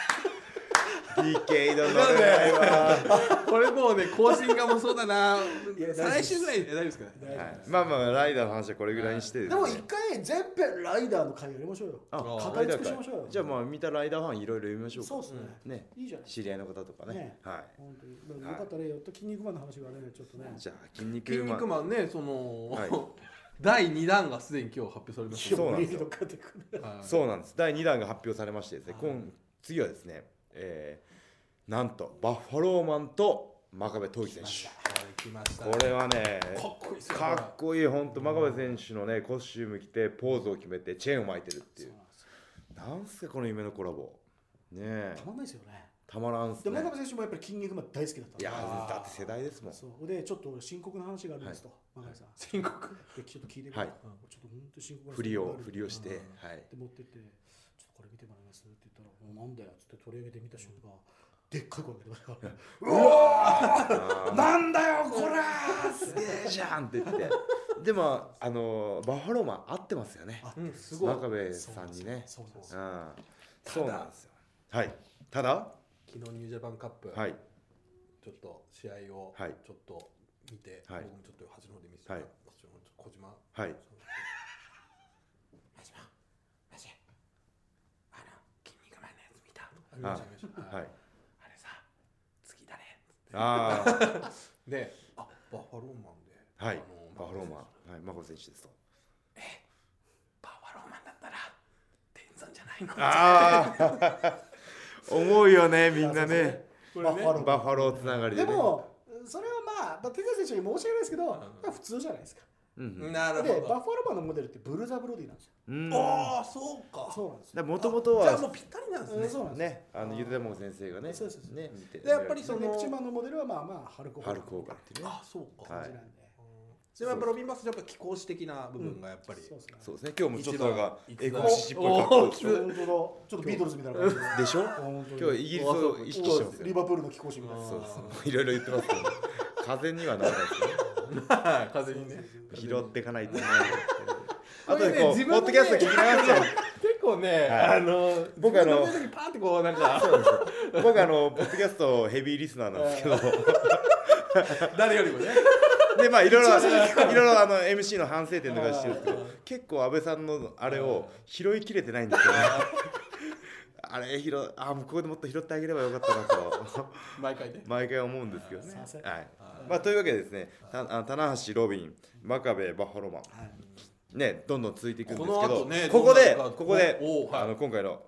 ディケイト乗れ [LAUGHS] ないわ。かねこれもうね更新がもうそうだないや大丈夫で最す終ぐらいで大丈夫ですかね大丈夫まあまあライダーの話はこれぐらいにしてでですもね一。回全編ライダーの回やりましょうよ。あ語り尽くしましょうライダよー会じゃあまあ見たライダーファンいろいろ読みましょうか。そうですね。ね、いいじゃない。知り合いの方とかねね。はい。本当に。だからよかったね。やっと筋肉マンの話がね、ちょっとね。じゃあ筋肉筋マン肉マンねその、はい [LAUGHS] 第2弾がすでに今日発表されましたそうなんですよよ。買ってくるはいそうなんです第2弾が発表されましてですねはい今次はですね、えーなんとバッファローマンと真壁刀義選手はい来ましたこれはねかっこいいっすよかっこいい本当真壁選手のねコスチューム着てポーズを決めてチェーンを巻いてるっていうなんすかこの夢のコラボねえたまんないですよね。たまらんっすで、ね真壁選手もやっぱり筋肉マン大好きだったんいで。やあーーだって世代ですもんそう。で、ちょっと深刻な話があるんですと。真壁さん。深刻でちょっと聞いてみて。ちょはっいと本当に深刻な話がある振りを振りをしてうんはいで持ってって、ちょっとこれ見てもらいますって言ったら、おなんだよっつって取り上げてみた瞬間、でっかい声が出ましたから、うあわーー [LAUGHS] なんだよこらーすげえええじゃんって言って [LAUGHS] でもあのーバッファローマン合ってますよねあうんすごい真壁さんにねそうなんですうよ。んだそうなんですよはいただ昨日ニュージャパンカップ、はいちょっと試合をはいちょっと見て、はい僕もちょっと端の方で見せて、はいこっちの方ちょっと小島、はい小島、マジあの、筋肉マンのやつ見たあ見ました見ましたははいいあれさ、月だね。ああで、あバッファローマンで、はいあバのファローマンはいマコ選手ですとバッファローマンだったら、天山じゃないのああ [LAUGHS] 思うよねみんなそうですねこバッファロバッファローつながりででねも、それはまあ、まあ、手川選手に申し訳ないですけど、んまあ普通じゃないですか。うんうんなで、バるッファほローど。マンのモデルってブルーザ・ブロディなんですよ。うんおお、そうか。そうなんですよ。もともとじゃあもはうぴったりなんですうね。んそうなんですよ。ねあのゆでだも先生がねそうそうそうね見てでやっぱりそのそのネプチューンマンのモデルはまあまあ、ハルコ春高がってねあそうか。はい感じなんで。それはやっぱロビン・バスやっぱ気候史的な部分がやっぱり、そうですね。そうですね今日もちょっとなんか一番英国志士っぽい格好でしょ本当だ。ちょっとビートルズみたいな感じで。でしょ本当に今日イギリスを意識してますよリバプールの貴公子みたいな。そうですいろいろ言ってますけど風にはならないですねはい風にね [LAUGHS] 拾っていかないとね。こあとれでねこう、自分ポのね [LAUGHS] ッドキャスト聞きながら構ね、はいあの僕あの自分の時パーってこうなんかそうなんですよ僕あのポッドキャストヘビーリスナーなんですけど誰よりもね [LAUGHS] でまあいろい [LAUGHS] ろ一応それいろいろあの MC の反省点とかしてるんですけあどー結構安倍さんのあれを拾いきれてないんですよね [LAUGHS] あれ拾あーもうここでもっと拾ってあげればよかったなと [LAUGHS] 毎回ね毎回思うんですけどねすいませんはいあまあ、というわけでですねたあ棚橋ロビン真壁バッファローマンはいねどんどん続いていくんですけこの後ど、ねここでどうなるかここでおおはいあの今回の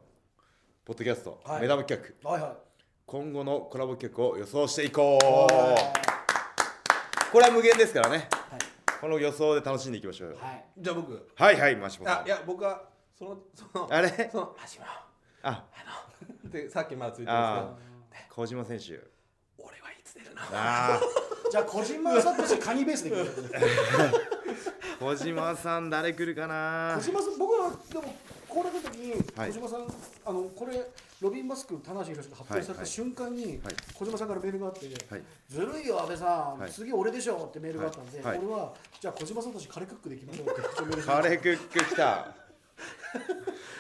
ポッドキャスト、はい目玉企画はいは今後のコラボ企画を予想していこういこれは無限ですからねはいこの予想で楽しんでいきましょうよはいじゃあ僕はいはいマシモさあんいや僕はそのそのあれその橋本ああのでさっきまあついてあます小島選手けど俺はいつ出るのあじゃあ小島さんとしてカニベースでいきましょうー小島さん誰来るかな小島さん僕はでもこうなった時にはい小島さん、あのこれロビン・マスク棚橋宏が発表さはいれはたい瞬間にはい小島さんからメールがあってはい「ずるいよ安倍さん、はい次俺でしょ」ってメールがあったんで、はい俺はじゃあ小島さんとしてカレークックでいきましょう [LAUGHS] って一応メールしまカしたレークック来た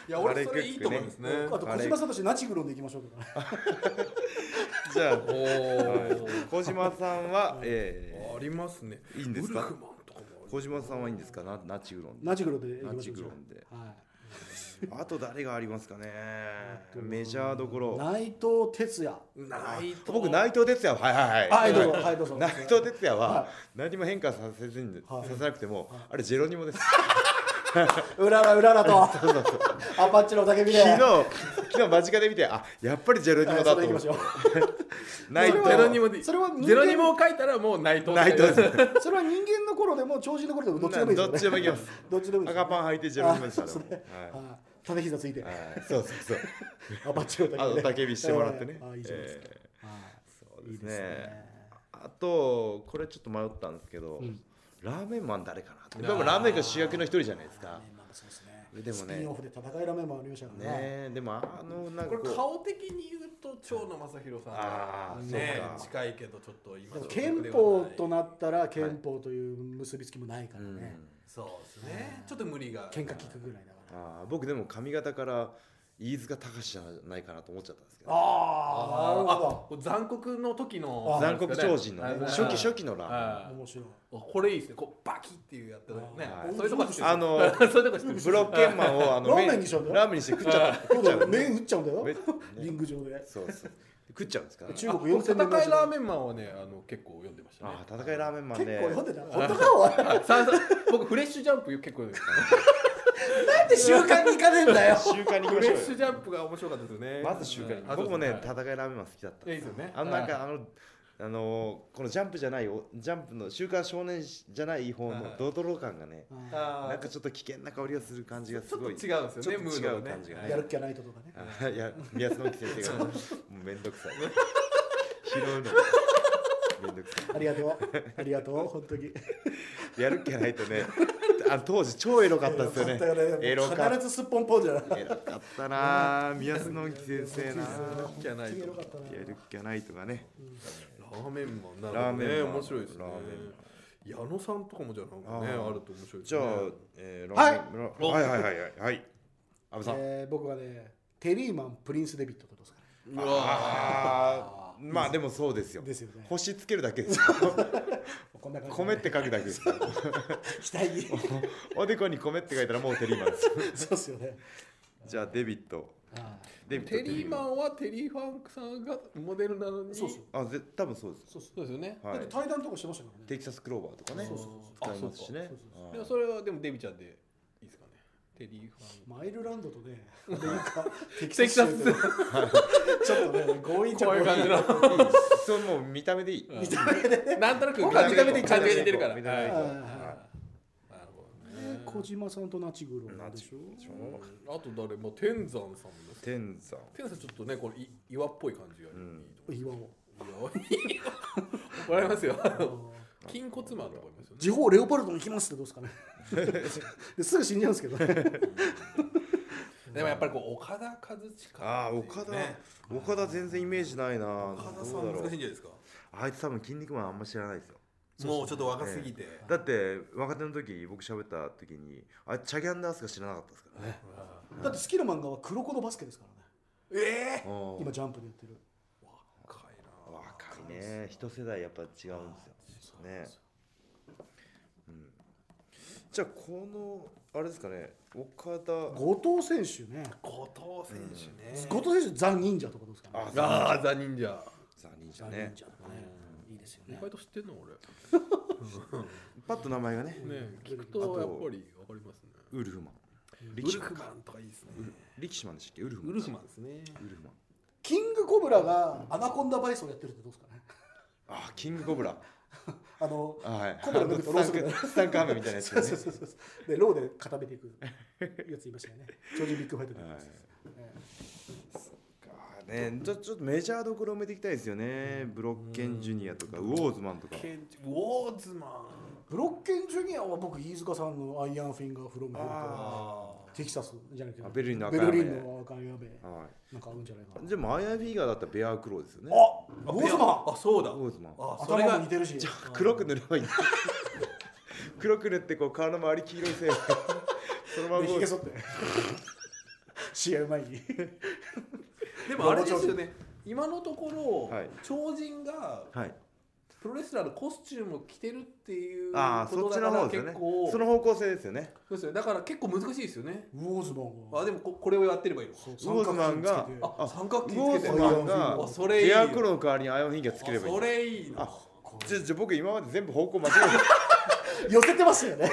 いや俺それいいと思いますねあと小島さんとしてナチグロンでいきましょうとか、 [LAUGHS] じゃあおー小島さんは、えありますねいいんですかウルフマンとかもー、小島さんはいいんですかなナチグロンでナチグロンでいきましょうナチグロンでは [LAUGHS] あと誰がありますかねい、メジャーどこいろ内藤哲也ないと僕内藤哲也ははいははいはいいどうぞはいどうぞ [LAUGHS] 内藤哲也はは何も変化させずに、はいさせなくても、あれジェロニモですうららうららとアパッチの叫びで昨日昨日間近で見てあやっぱりジェロニモはいだそとれでいき思まっしてょう内藤ゼロニモでそれは人間ゼロニモを書いたらもう内藤内藤ですそれは人間の頃でも超人の頃でもどっちでもいいですどっちでよもいきますどっちでもいいですよ赤パン履いてジェロニモですからあそうもうですねはいはいただ膝ついてはいそうそう [LAUGHS] そうあバッチリあの叫びしてもらってねあいいじゃないですかえはいーいいですねあとこれちょっと迷ったんですけど、うんラーメンマン誰かなってあーでもラーメンが主役の一人じゃないですラかーメンマンもそうですねでもスピンねオフで戦いラーメンマンありましたかねらねえでもあのなんこかれ顔的に言うと長野正弘さんあーねそうか近いけどちょっと今でもの憲法となったら憲法という結びつきもないからうんねそうですねちょっと無理が喧嘩聞くぐらいだからあー僕でも髪型から飯塚隆史じゃないかなと思っちゃったんですけどああなるほあ残酷の時のあ残酷超人のねあ初期初期のラーメンあど面白いーこれいいですねこうバキっていうやったねはいそういうとこ知ってるあの [LAUGHS] そういうとこ知ってるブロッケンマンをあのラーメンにしちゃうんだよラーメンにして食っちゃったそ食っうちだゃよう面打っちゃうんだよめリング上でそうそう食っちゃうんですか中あ国4000年戦いラーメンマンはねあの結構読んでましたねああ戦いラーメンマン結ね構読んでた本当かおいあささ僕フレッシュジャンプ結構読んでましなんで習慣に行かねえんだよ習慣にた行きフましレょッシュうジャンプが面白かったですよねよまず習慣あにそう僕もねはい戦いラーメンマン好きだったいやいいですよねあのなんかあのあのーこのジャンプじゃないおジャンプの週刊少年じゃない方はのいドドロ感がねあーなんかちょっと危険な香りをする感じがちすょっとご違ういんですよねちょっとムー違ドうがね感じがはねいやる気がないととかねあいや宮園木先生がもうめんどくさい拾うのがめんどくさありがとうありがとう本当にいやる気ないとねあ当時超エロかったですよねエエロロかかった必ずすっぽんぽんじゃないエロかったなあ宮園木先生なやる気はないとエロかったなやる気がないとかねラーメンマンなラーるほどメねンマン面白いですねラーメ矢野さんとかもじゃあなんかねあーあると面白いですじゃねあ、えー、ラーメンはいはいはいはいはいはい安倍さん、えー僕はねテリーマンプリンスデビットってことですかねうわあーまあでもそうですよですよね星つけるだけですよ [LAUGHS] こんな感じ米って書くだけですよ額におでこに米って書いたらもうテリーマンですよそうっすよねじゃあデビットあデビッートテリーマンはテリー・ファンクさんがモデルなのにそうそうあぜ多分そうですそうそうですよねーはだっいて対談とかしてましたからねテキサスクローバーとかねそうそうそう使いますしねあそうはいでもそれはでもデビちゃんでいいですかねテリー・ファンマイルランドとねアメリカテキテキササスス州とちょっとね強引じゃこういう感じのそうもう見た目でいい [LAUGHS] 見た目でなんとなく僕感はじ見がた出目てで感じが出てるから見た目ではいいいなる小島さんとナチグロなんでしょほどねあと誰も天山さんもです天山天山ちょっとねこれい岩っぽい感じがいいと岩尾思う岩笑いますよ [LAUGHS] 筋骨マンとかいますよね地方レオパルトに行きますってどうです [LAUGHS] かねですぐ死んじゃうんですけど [LAUGHS] ねでもやっぱりこう岡田和親っていうね、ああ岡田岡田全然イメージないな岡田さどうだんろ難しいうんじゃないですかあいつ多分筋肉マンあんま知らないですよもうちょっと若すぎて、だって若手の時僕喋った時にあチャギアンダースが知らなかったですからねだって好きな漫画は黒子のバスケですからねええうん今ジャンプでやってる若いな若いね一世代やっぱ違うんですよねうんじゃあこのあれですかね岡田後藤選手ね後藤選手ね、後藤選手ザ・忍者とかどうですかねあああザ・忍者ザ忍ザ・者忍ね者とかねいいですよ意ね外と知ってんの俺ねパッと名前がね聞くとやっぱりわかりますねウルフマンウルフマンとかいいですね力士マンでしたっけウルフマンウルフマンですねウルフマンキングコブラがアナコンダバイスをやってるってどうですかね [LAUGHS] あキングコブラあのあはいコブラのことローススタンクスタンクハムみたいなやつそうそうねそうそうでローで固めていくやついましたよね超人ビッグファイトで、はいえあーね、ちょちょっとメジャーどころを埋めていきたいですよね、ブロッケンジュニアとか、ウォーズマンとか、ケンジウォーズマンブロッケンジュニアは僕飯塚さんの「アイアンフィンガーフロムヘル」とかあテキサスじゃなくあてベルリンの赤ベい雨ルリンの赤い雨はなんか合うんじゃないかい、なでもアイアンフィギュアだったらベアークローですよね。ああウォーズマンあそうだウォーズマンあそれ頭もが似てるし黒く塗ればいいんだ [LAUGHS] 黒く塗ってこう顔の周り黄色い線 [LAUGHS] そのままでこひうげ剃って試合前にでもあれですよね今のところ、はい超人がはいプロレスラーのコスチュームを着てるっていうああこそとっちだのか方らですよ結ね構その方向性ですよねそうですよだから結構難しいですよねウォーズマンはあでもここれをやってればいいのかそうウォーズマンが三角ウォ形つけてあ三角形ーつけズてるマンあがそれいいベよアークローの代わりにアイアンフィギュアつければいいそれいいなあじゃじゃ僕今まで全部方向間違え寄せてますよね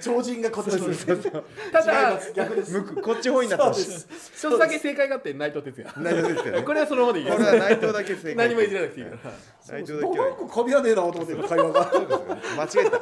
超人が今年のそうそうそうた違います逆です向くこっち方になってまそうすちょっとだけ正解があって内藤哲也内藤ですよねこれはそのままでいれは内藤だけ正解内藤だけなはんかかみ合わねえなと思って会話がそうですよ間違えた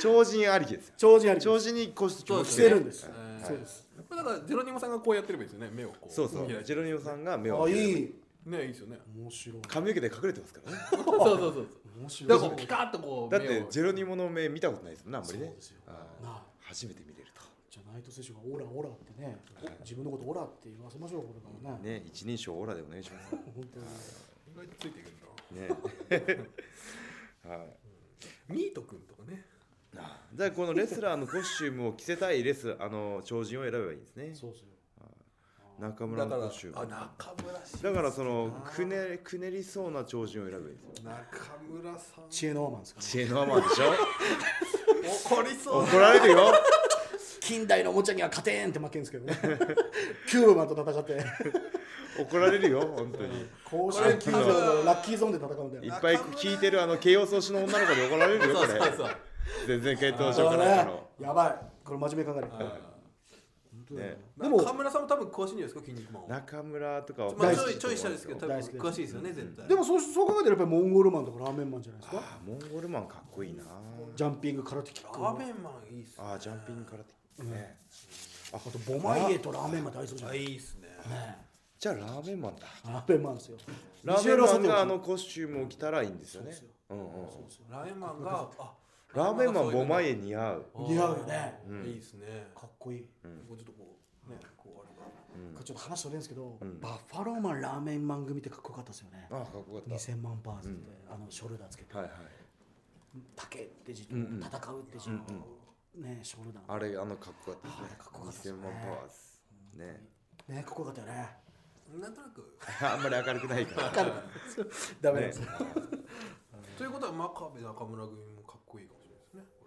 超人ありきですよ超人あり超人にこうそう着ですてねるんですはいそうですこれだからジェロニモさんがこうやってればいいですよね目をこうそうそう開いジてェロニオさんが目をあ開いけるいねいいです [LAUGHS] よね面白い髪の毛で隠れてますからねそうそうそうそう面白いだからこうピカッとこうだってジェロニモモの目見たことないですもんねあんまそりうねですよはいなあ初めて見れるとじゃあ内藤選手がオラオラってね自分のことオラって言わせましょうこれからねね一人称オーラでお願いします本当に意外とついていくんだね [LAUGHS] はいミート君とかねじゃあこのレスラーのコスチュームを着せたいレスあの超人を選べばいいんですねそうですよ中村だかのらコスチューあム中村氏だからそのくねくねりそうな超人を選べばいいんですよ中村さん知恵のアマンですか知恵のアマンでしょ怒りそう怒られるよ近代のおもちゃには勝てんって負けんですけど [LAUGHS] ねキューブマンと戦って怒られるよ本当に甲子園球場のラッキーゾーンで戦うんだよいっぱい聞いてるあの慶応創始の女の子に怒られるよこれそう全然系統そ色うかねないのやばいこれ真面目に考える本当だよねででもも中村さんも多分詳しいんじゃないですか筋肉マンは中村とかはまあ大ち好ょきいちょい下ですけど多分大好きです詳しいですよね絶対でもそうそう考えたらやっぱりモンゴルマンとかラーメンマンじゃないですかあモンゴルマンかっこいいなジャンピング空手キッラクーメンマンいいっすねあージャンピング空手ねあとボマイエとラーメンマン大好きじゃあないいいっすねじゃあラーメンマンだラーメンマンですよラーメンマンがあ西浦さんのコスチュームを着たらいいんですよねそうですようんうんラーメンマンがあラーメンマンボマイエエ似合う似合うよねいいっすねかっこいい、こうちょっとこうねこうあれがこれちょっと話それるんですけど、バッファローマンラーメンマン組ってかっこよかったですよねあーかっこよかっ2000万パーツで、あのショルダーつけてたはいはい竹って字とうんうん戦うって字と、ねショルダーあれあのかっこよかったあれかっこよかっでたですすね2000万パワースね [LAUGHS] ねねかっこよかったよねなんとなくあんまり明るくないからかるダメなんねです、ということは真壁中村組もかっこいいかもしれないですねこ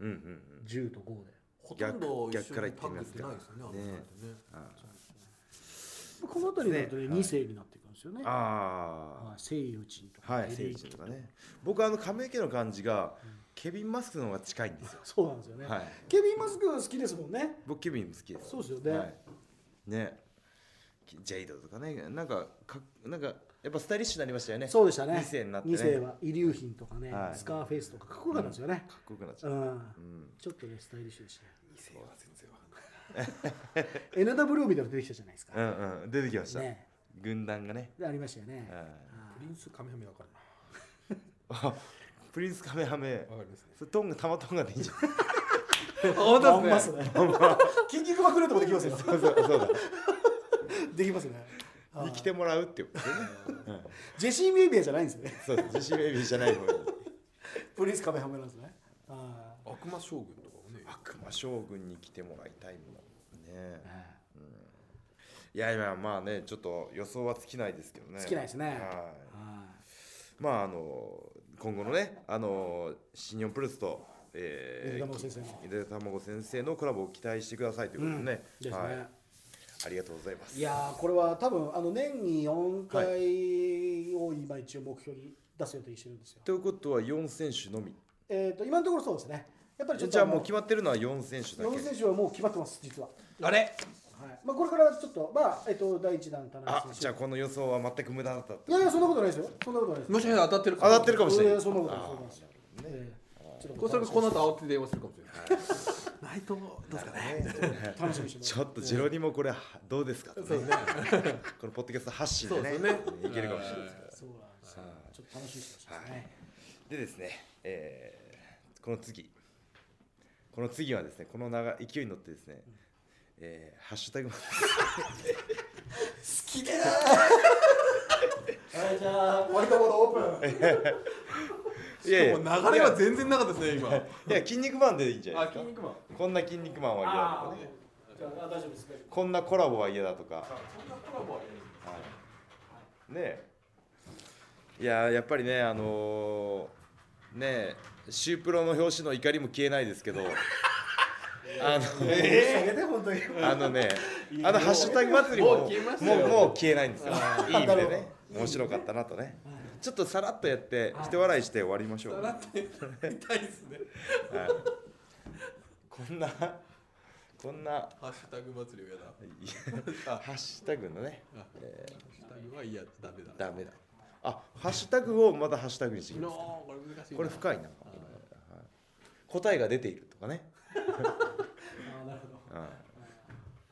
れ [LAUGHS] うんうんうん10と5でほとんど一逆逆緒からに行ってパみッまクすかしてないですよねあの二人ねあこの辺りになるとねそうですね2世になっていくんですよね、ーあーはい、西洋人とか、はい、エレ聖イ人とかね。僕あの髪の毛の感じが、ケビンマスクの方が近いんですよ。そうなんですよね、はい。ケビン・マスク好きですもんね僕ケビンも好きです。そうですよねはい、ね。ジェイドとかね、なんかかなんかやっぱスタイリッシュになりましたよね。そうでしたね二世になってね二世は遺留品とかね、はいスカーフェイスとかかっこよかったんですよね、かっこよくなっちゃうっんた。うん。ちょっとねスタイリッシュでしたね異性は全然わかんない [LAUGHS] NW みたいなの出てきたじゃないですか、うんうん出てきました。ね軍団がね。でありましたよね、はいプリンスカメハメわかるなあプリンスカメハメ。わかりますねそれトンガたまトンガでいいんじゃない。本まんますね。筋肉まくるとこできますよ。そうそうそうだ。できますね。はい生きてもらうってことね。うんジェシー・ビービアじゃないんですよね。そう自信ベビーじゃない方に。プリンスカメハメなんですね。あ悪魔将軍とかもね悪魔将軍に来てもらいたいもんねーえいやいやまあねちょっと予想は尽きないですけどね尽きないですねはえはいまああの今後のねあの新日本プロレスとえゆで卵先生のゆで卵先生のコラボを期待してくださいということでね,、いですね。はい、ありがとうございますいやーこれは多分あの年に4回を今一応目標に出す予定にしてるんですよ。ということは4選手のみえっ、と今のところそうですね。やっぱりちょっとじゃあもう決まってるのは4選手だ四け選手はもう決まってます実は。あれはい。まあこれからちょっとまあえっ、と第一弾田あ中選手。じゃあこの予想は全く無駄だったっていやいやそんなことないですよ。そんなことないです。もしかしたら当たってる当かもたってるかもしれないいやそんなことないあそんなことーないですよ。ええちょっとこうするとこの後慌てて電話するかもしれない内藤どうですかね楽しみにしてます。ちょっとジェロニモこれどうですかとそうねですね [LAUGHS] このポッドキャスト発信でねそうですねいけるかもしれないですからそうなんですよ。ちょっと楽しみにしてますね。でですね、えーこの次この次はですねこの長勢いに乗ってですね、えーハッシュタグはいじゃあ割りたことオープン。いやいやもう流れは全然なかったですね今いや筋肉マンでいいんじゃないですか肉マンこんな筋肉マンは嫌だとあかーねじゃあ大丈夫ですね。こんなコラボは嫌だとか、はそんなコラボはやるい、ねえいややっぱりねあのーねえシュープロの表紙の怒りも消えないですけどあのええ。下げて本当に。あのね、あのハッシュタグ祭りももうも消えましうたよもう消えないんですよ。いい意味でなるね、面白かったなとね。ちょっとさらっとやってはい一笑いして終わりましょう。だって痛いですねはいこんなこ [LAUGHS] んないハッシュタグ祭りはやだあハッシュタグのね、あハッシュタグは嫌だダメだダメだ。あ、ハッシュタグをまたハッシュタグにしてきます。のこれ難しいなこれ深いな。はい答えが出ているとかね。あーなるほど。うん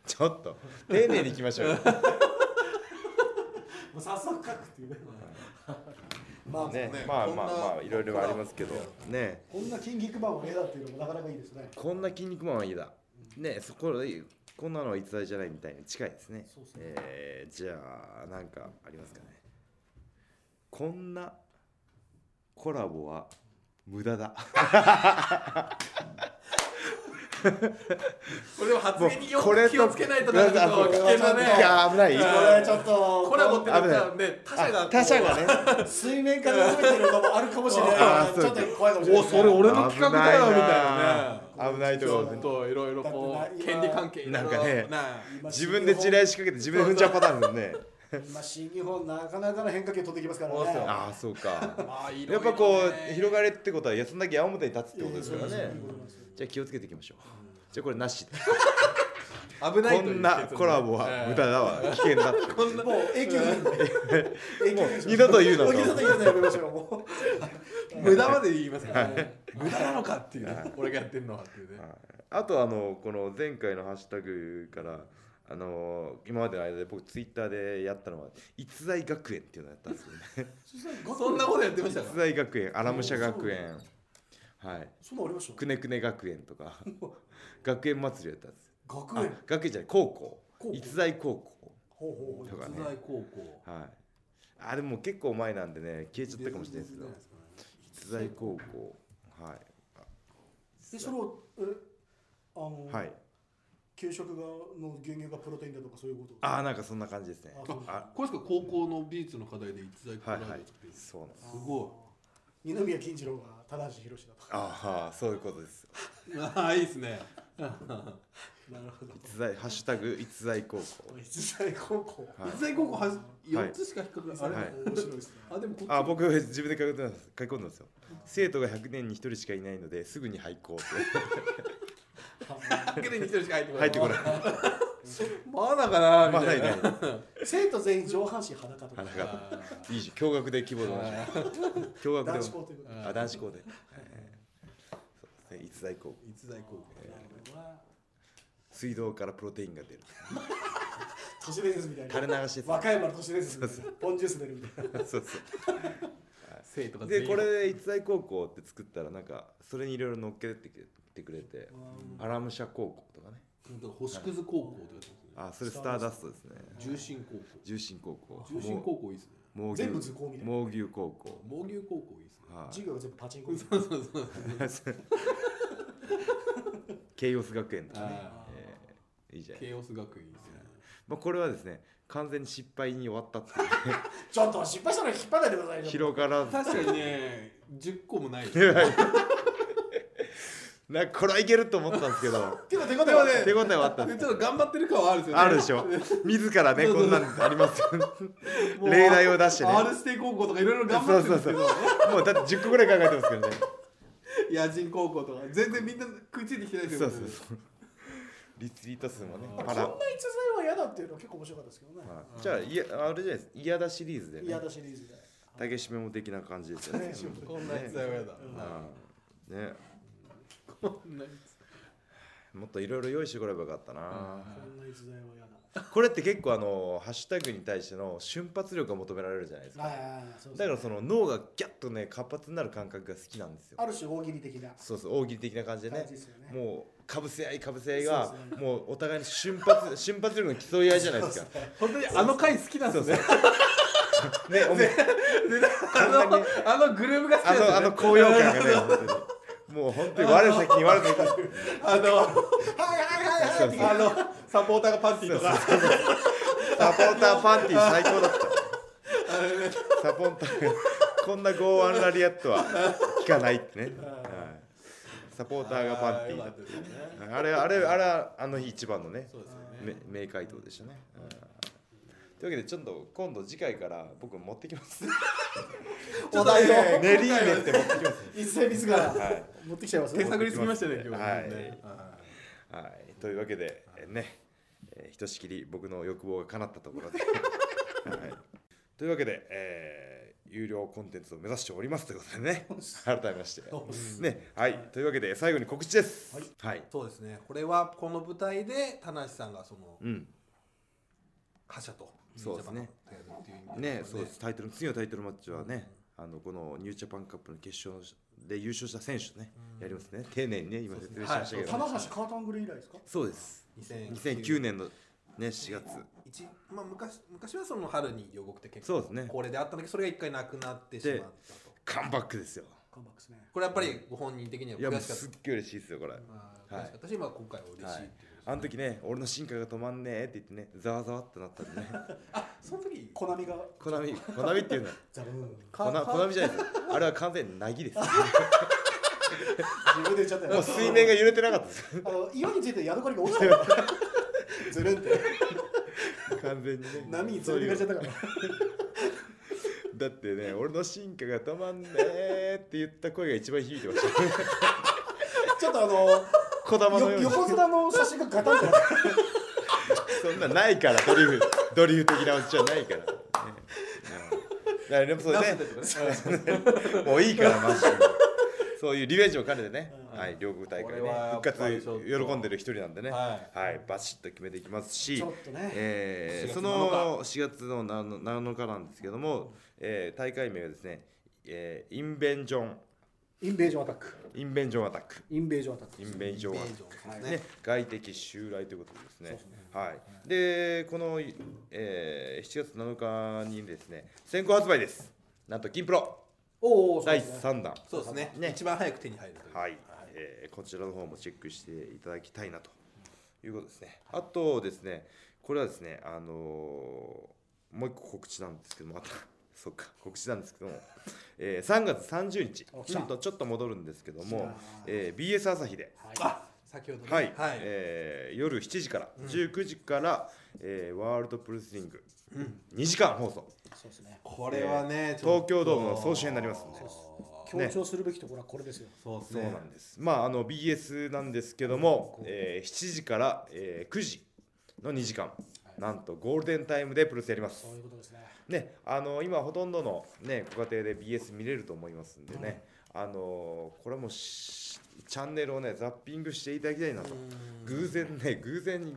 ちょっと丁寧にいきま [LAUGHS] しょうよ。もう早速書くっていうね。まあ、ねね、まあこんまなあまあいろいろありますけどね。こんな筋肉マンを絵だっていうのもなかなかいいですね。こんな筋肉マンはいいだ。ねそここんなのは逸材じゃないみたいに近いですね。そうですねえーじゃあなんかありますかね。こんなコラボは無駄だ。これを発言によもうこれとく気をつけないとなると危険だいねや危ない。これちょっとコラボってなった危らね他あ者が他社がね。水面から動いてるのもあるかもしれないかあーらちそうょっと怖いかもしれない、おそれ俺の企画だよ危みたいななね危ないちとょこっろ。といろいろこだってうな権利関係いろいろなんかね今自分で地雷仕掛けて自分で踏んじゃうパターンですね。今新日本なかなかの変化球飛んできますからねそうそうああそうか。まあいろいろねやっぱこう広がれってことは休んだけ矢面に立つってことですからいやいやねそういうことなんですよ。じゃあ気をつけていきましょう。じゃあこれなしで。危ないこというんなコラボは無駄だわ、危険だって。こんなもう永久に永もう久に二度と言うなもとう二度と言うのやめましょうも無駄まで言いますからね無駄なのかっていうね俺がやってるのはっていうねあとあのこの前回のハッシュタグからあの今までの間で僕ツイッターでやったのは逸材学園っていうのをやったんですよね。うそんなことやってましたか逸材学園、アラムシャ学園、はい、そんなのありましくねくね学園とか学園祭りをやったんです。た学あ園、学園じゃない高校高、校逸材高校。ほうほうほとからね実在高校はい。あでも結構前なんでね消えちゃったかもしれないですけど、逸材高校、はい。うでそれをえあの、はい。給食がの牛乳がプロテインだとかそういうことああなんかそんな感じですねあそう。あこれですか高校の美術の課題で逸材高はい校はいって。すそうなんです。ご二宮金次郎が棚橋宏だとかああ、そういうことです。いああいいですねなるほど逸材、ハッシュタグ逸材高校。実際高校はい逸材高校は4つしか引っかかないあれはい面白いですねあでもこっちあ、僕自分で書き込んでます。書き込んでますよ。生徒が100年に1人しかいないので、すぐに廃校って。だけで2人しか入ってこな入いってこない。まだかなまみだたいいな。ない生徒全員上半身裸とかあなんかいいじゃん。驚愕で希望の話。驚愕男子で校も。ということであ、男子校で。えーそうですね。逸材高校。逸材高校なるほどな水道からプロテインが出る。都市伝説みたい垂なれ流しです。和歌山の都市伝説みたいなポンジュース出るみたいなそうそう。生徒が全で員これで逸材高校って作ったらなんかそれにいろいろ乗っけてってくれてアラムシャ高校とかねなんか星屑高校とかやってますねあそれスターダストですね重心高校重心高校重心高校いいですねも猛牛全部図工みたいな猛牛高校猛牛高校いいですね。はい授業が全部パチンコみたいそうそうそう。ケイオス学園とかね、はえーいいじゃい。ないですかケイオス学院いいですね。まあ、これはですね完全に失敗に終わったっていうなちょっと失敗したら引っ張らないでくださいよ [LAUGHS] 広がらず確かにね、十個 [LAUGHS] もないですね。なんかこれはいけると思ったんですけどけど手応えでもはね手応えはあったんでですちょっと頑張ってる感はあるんですよあね。るでしょ自らねこんなんありますよねもう例題を出してね R ステ高校とかいろいろ頑そ張うってるそんうですそけうど、もうだって10個ぐらい考えてますけどね野人高校とか全然みんな食いついてきてないですそようね。そうそうリツイート数もねまパあこラ、んなは逸材は嫌だっていうのは結構面白かったですけどねい、じゃあいやあれじゃないです嫌だシリーズでね嫌だシリーズで [LAUGHS] 竹締めも的な感じですよね竹締めこんなやつだよやだ。うんねこんなやつ。もっといろいろ用意してこればよかったな、こんな逸材は嫌だこれって結構あのハッシュタグに対しての瞬発力が求められるじゃないですかああそうそうだからその脳がギャッとね活発になる感覚が好きなんですよある種大喜利的なそうそう大喜利的な感じで感ねじですよねもうかぶせ合いかぶせ合いがそうですもうお互いの瞬発 [LAUGHS] 瞬発力の競い合いじゃないですか本当にあの回好きなんですね。ねおめあのあのグループが好きなあんですのよあねの高揚感がね本当にもう本当に我先に我先にあのはいはいはいはいってあのサポーターがパンティーとかサポーターパンティー最高だったサポーターこんな剛腕ラリアットは効かないってね、はい、サポーターがパンティーだっあーよかったですねたあれあれあれはあの日一番のねそうですよねめ名回答でしたね、うんというわけでちょっと今度次回から僕持ってきますちょっとお題をね練り練って持ってきます一切ミスがはい持ってきちゃいます手ね探りすぎましたね今日はいねははい、というわけで、えーね、えーひとしきり僕の欲望が叶ったところで。はい、というわけで、えー有料コンテンツを目指しておりますということでね、改めまして。ね、はい、というわけで、最後に告知です。はい、そうですねこれはこの舞台で田無さんがそのうん、覇者とそうですねニュージャパンとやるっていう意味でね、そうです。タイトル、次のタイトルマッチはね、あの、このニュージャパンカップの決勝で優勝した選手とね、やりますね。丁寧にね、今そうです説明ねしましたけど、棚橋カータングル以来ですかそうです。2009年の、ね、4月。一まあ昔昔はその春に予告って結そう構ですねこれであったんだけどそれが一回なくなってしまったとカムバックですよ。カムバックですねこれやっぱりご本人的にはいや、も悔うしかっすっげえ嬉しいですよ、これ。たまあはい悔しかったしまあ今回は嬉しいはっいていうあの時ね、俺の進化が止まんねえって言ってね、ざわざわってなったんでね。あその時コナミがコナミ、コナミっていうのは、ザブーンコナ、コナミじゃないです。あれは完全になぎです。も自分で言っちゃったよう水面が揺れてなかったです。あの岩についてヤドカリが落ちたよずるんって完全にね。波 [LAUGHS] に連れてかれちゃったからだってね、俺の進化が止まんねえって言った声が一番響いてました。ちょっとあのこだまのよように。横綱の写真がガタンとなってそんなないから、ドリ [LAUGHS] フ、ドリフ的なおっちゃんないから。ねうんだからでもそう出ねせた。りとかねもういいからマジで。そういうリベンジを兼ねてね、はい、両国大会で、これねはや、っ復ぱり活ちょっと喜んでる一人なんでね、は、はいバシッと決めていきますしちょっ、とねえー4月その4月の7 7日なんですけども、えー大会名はですね、えーインベンジョン、インベージョンアタックインベンジョンアタック、インベージョンアタックインベンジョンアタック。はいね、外敵襲来ということですね。そうですねはい。で、この、えー7月7日にですね、先行発売です。なんと金プロおーおーそう第ですね3弾。そうですねね一番早く手に入るというはい、えーこちらの方もチェックしていただきたいなということですね。あとですね、これはですね、あのーもう一個告知なんですけども、また、 [LAUGHS] そっか、告知なんですけども、えー3月30日、お来ちたょっとちょっと戻るんですけど来もた、えー BS 朝日で、はいあ先ほどねはい、はいえー夜7時から、19時から、えーワールドプロレスリング、2時間放送、そうですねこれはね、ちょっと東京ドームの総集編になりますんで。強調するべきところはこれですよそうですそうねな。んです。まああの BS なんですけども、えー7時から、えー9時の2時間、なんとゴールデンタイムでプロレスやりますそう。いうことですねね、あの今ほとんどのねご家庭で BS 見れると思いますんでね、あのーこれはもうしチャンネルをねザッピングしていただきたいなと。偶然ね偶然に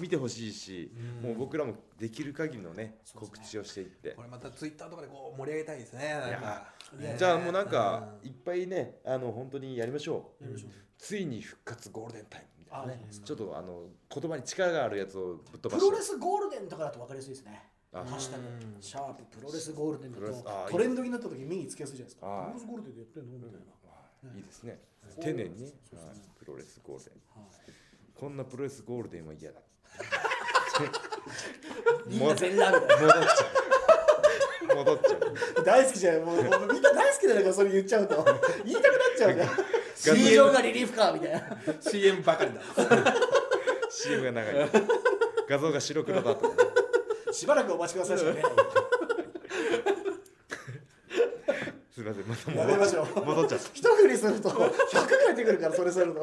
見てほしいし、もう僕らもできる限りのねそうです告ね知をしていってこ。れまたツイッターとかでこう盛り上げたいですね。いなんやかねじゃあもうなんかいっぱいねあの本当にやりましょう。やりましょうついに復活ゴールデンタイムみたいなあいいねですねちょっとあの言葉に力があるやつをぶっ飛ばプしロてレスゴールデンとかだと分かりやすいですねあハッシュタグうんシャーププロレスゴールデンだプロレスあとートレンドになった時目につけやすいじゃないですかはいプロレスゴールデンでやってんのみたいな、はいいいですね丁寧にねそうそうはいプロレスゴールデンはいこんなプロレスゴールデンは嫌だ [LAUGHS] みんな全裸みた戻いっちゃう戻っちゃうな大好きじゃんもうもうみんな大好きだよこれそれ言っちゃうと [LAUGHS] 言いたくなっちゃうじゃんガ通常がリリーフかみたいな [LAUGHS] CM ばかりだ CM が長い画像が白黒だとしばらくお待ちく [LAUGHS] ださいしかねすいませんまたやめましょう戻っちゃっ一振りすると100返ってくるからそれすると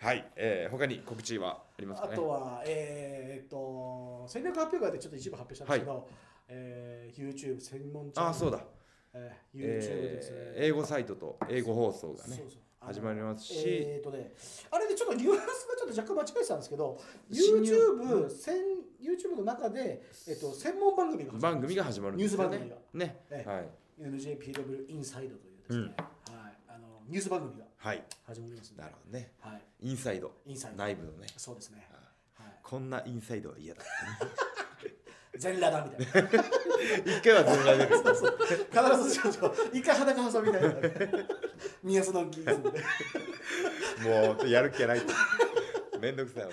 たはい、えー、他に告知はありますあかねとはえーっと戦略発表会でちょっと一部発表したんですけど、えー YouTube 専門チャンネルあそうだ、えー YouTube です、えー英語サイトと英語放送がねそうそうあの始まりますし、えー、とね、あれでちょっとニュアンスがちょっと若干間違えてたんですけど、新入 YouTube, 専 YouTube の中で、えっと、専門番組が番組が、が始まるんですよねニュース番ね、ええはい NJPW インサイドというでうすね、んはい、あのニュース番組がはい始まりますんでなるほどねはい、インサイドインサイド、内部のねそうですね、はこんなインサイドは [LAUGHS] 嫌だい、全裸だみたいな、一回は全裸出る必ずちょっと、一回裸挟みたいな、 [LAUGHS] 宮園ギーズで。もうやる気がないとめんどくさいわ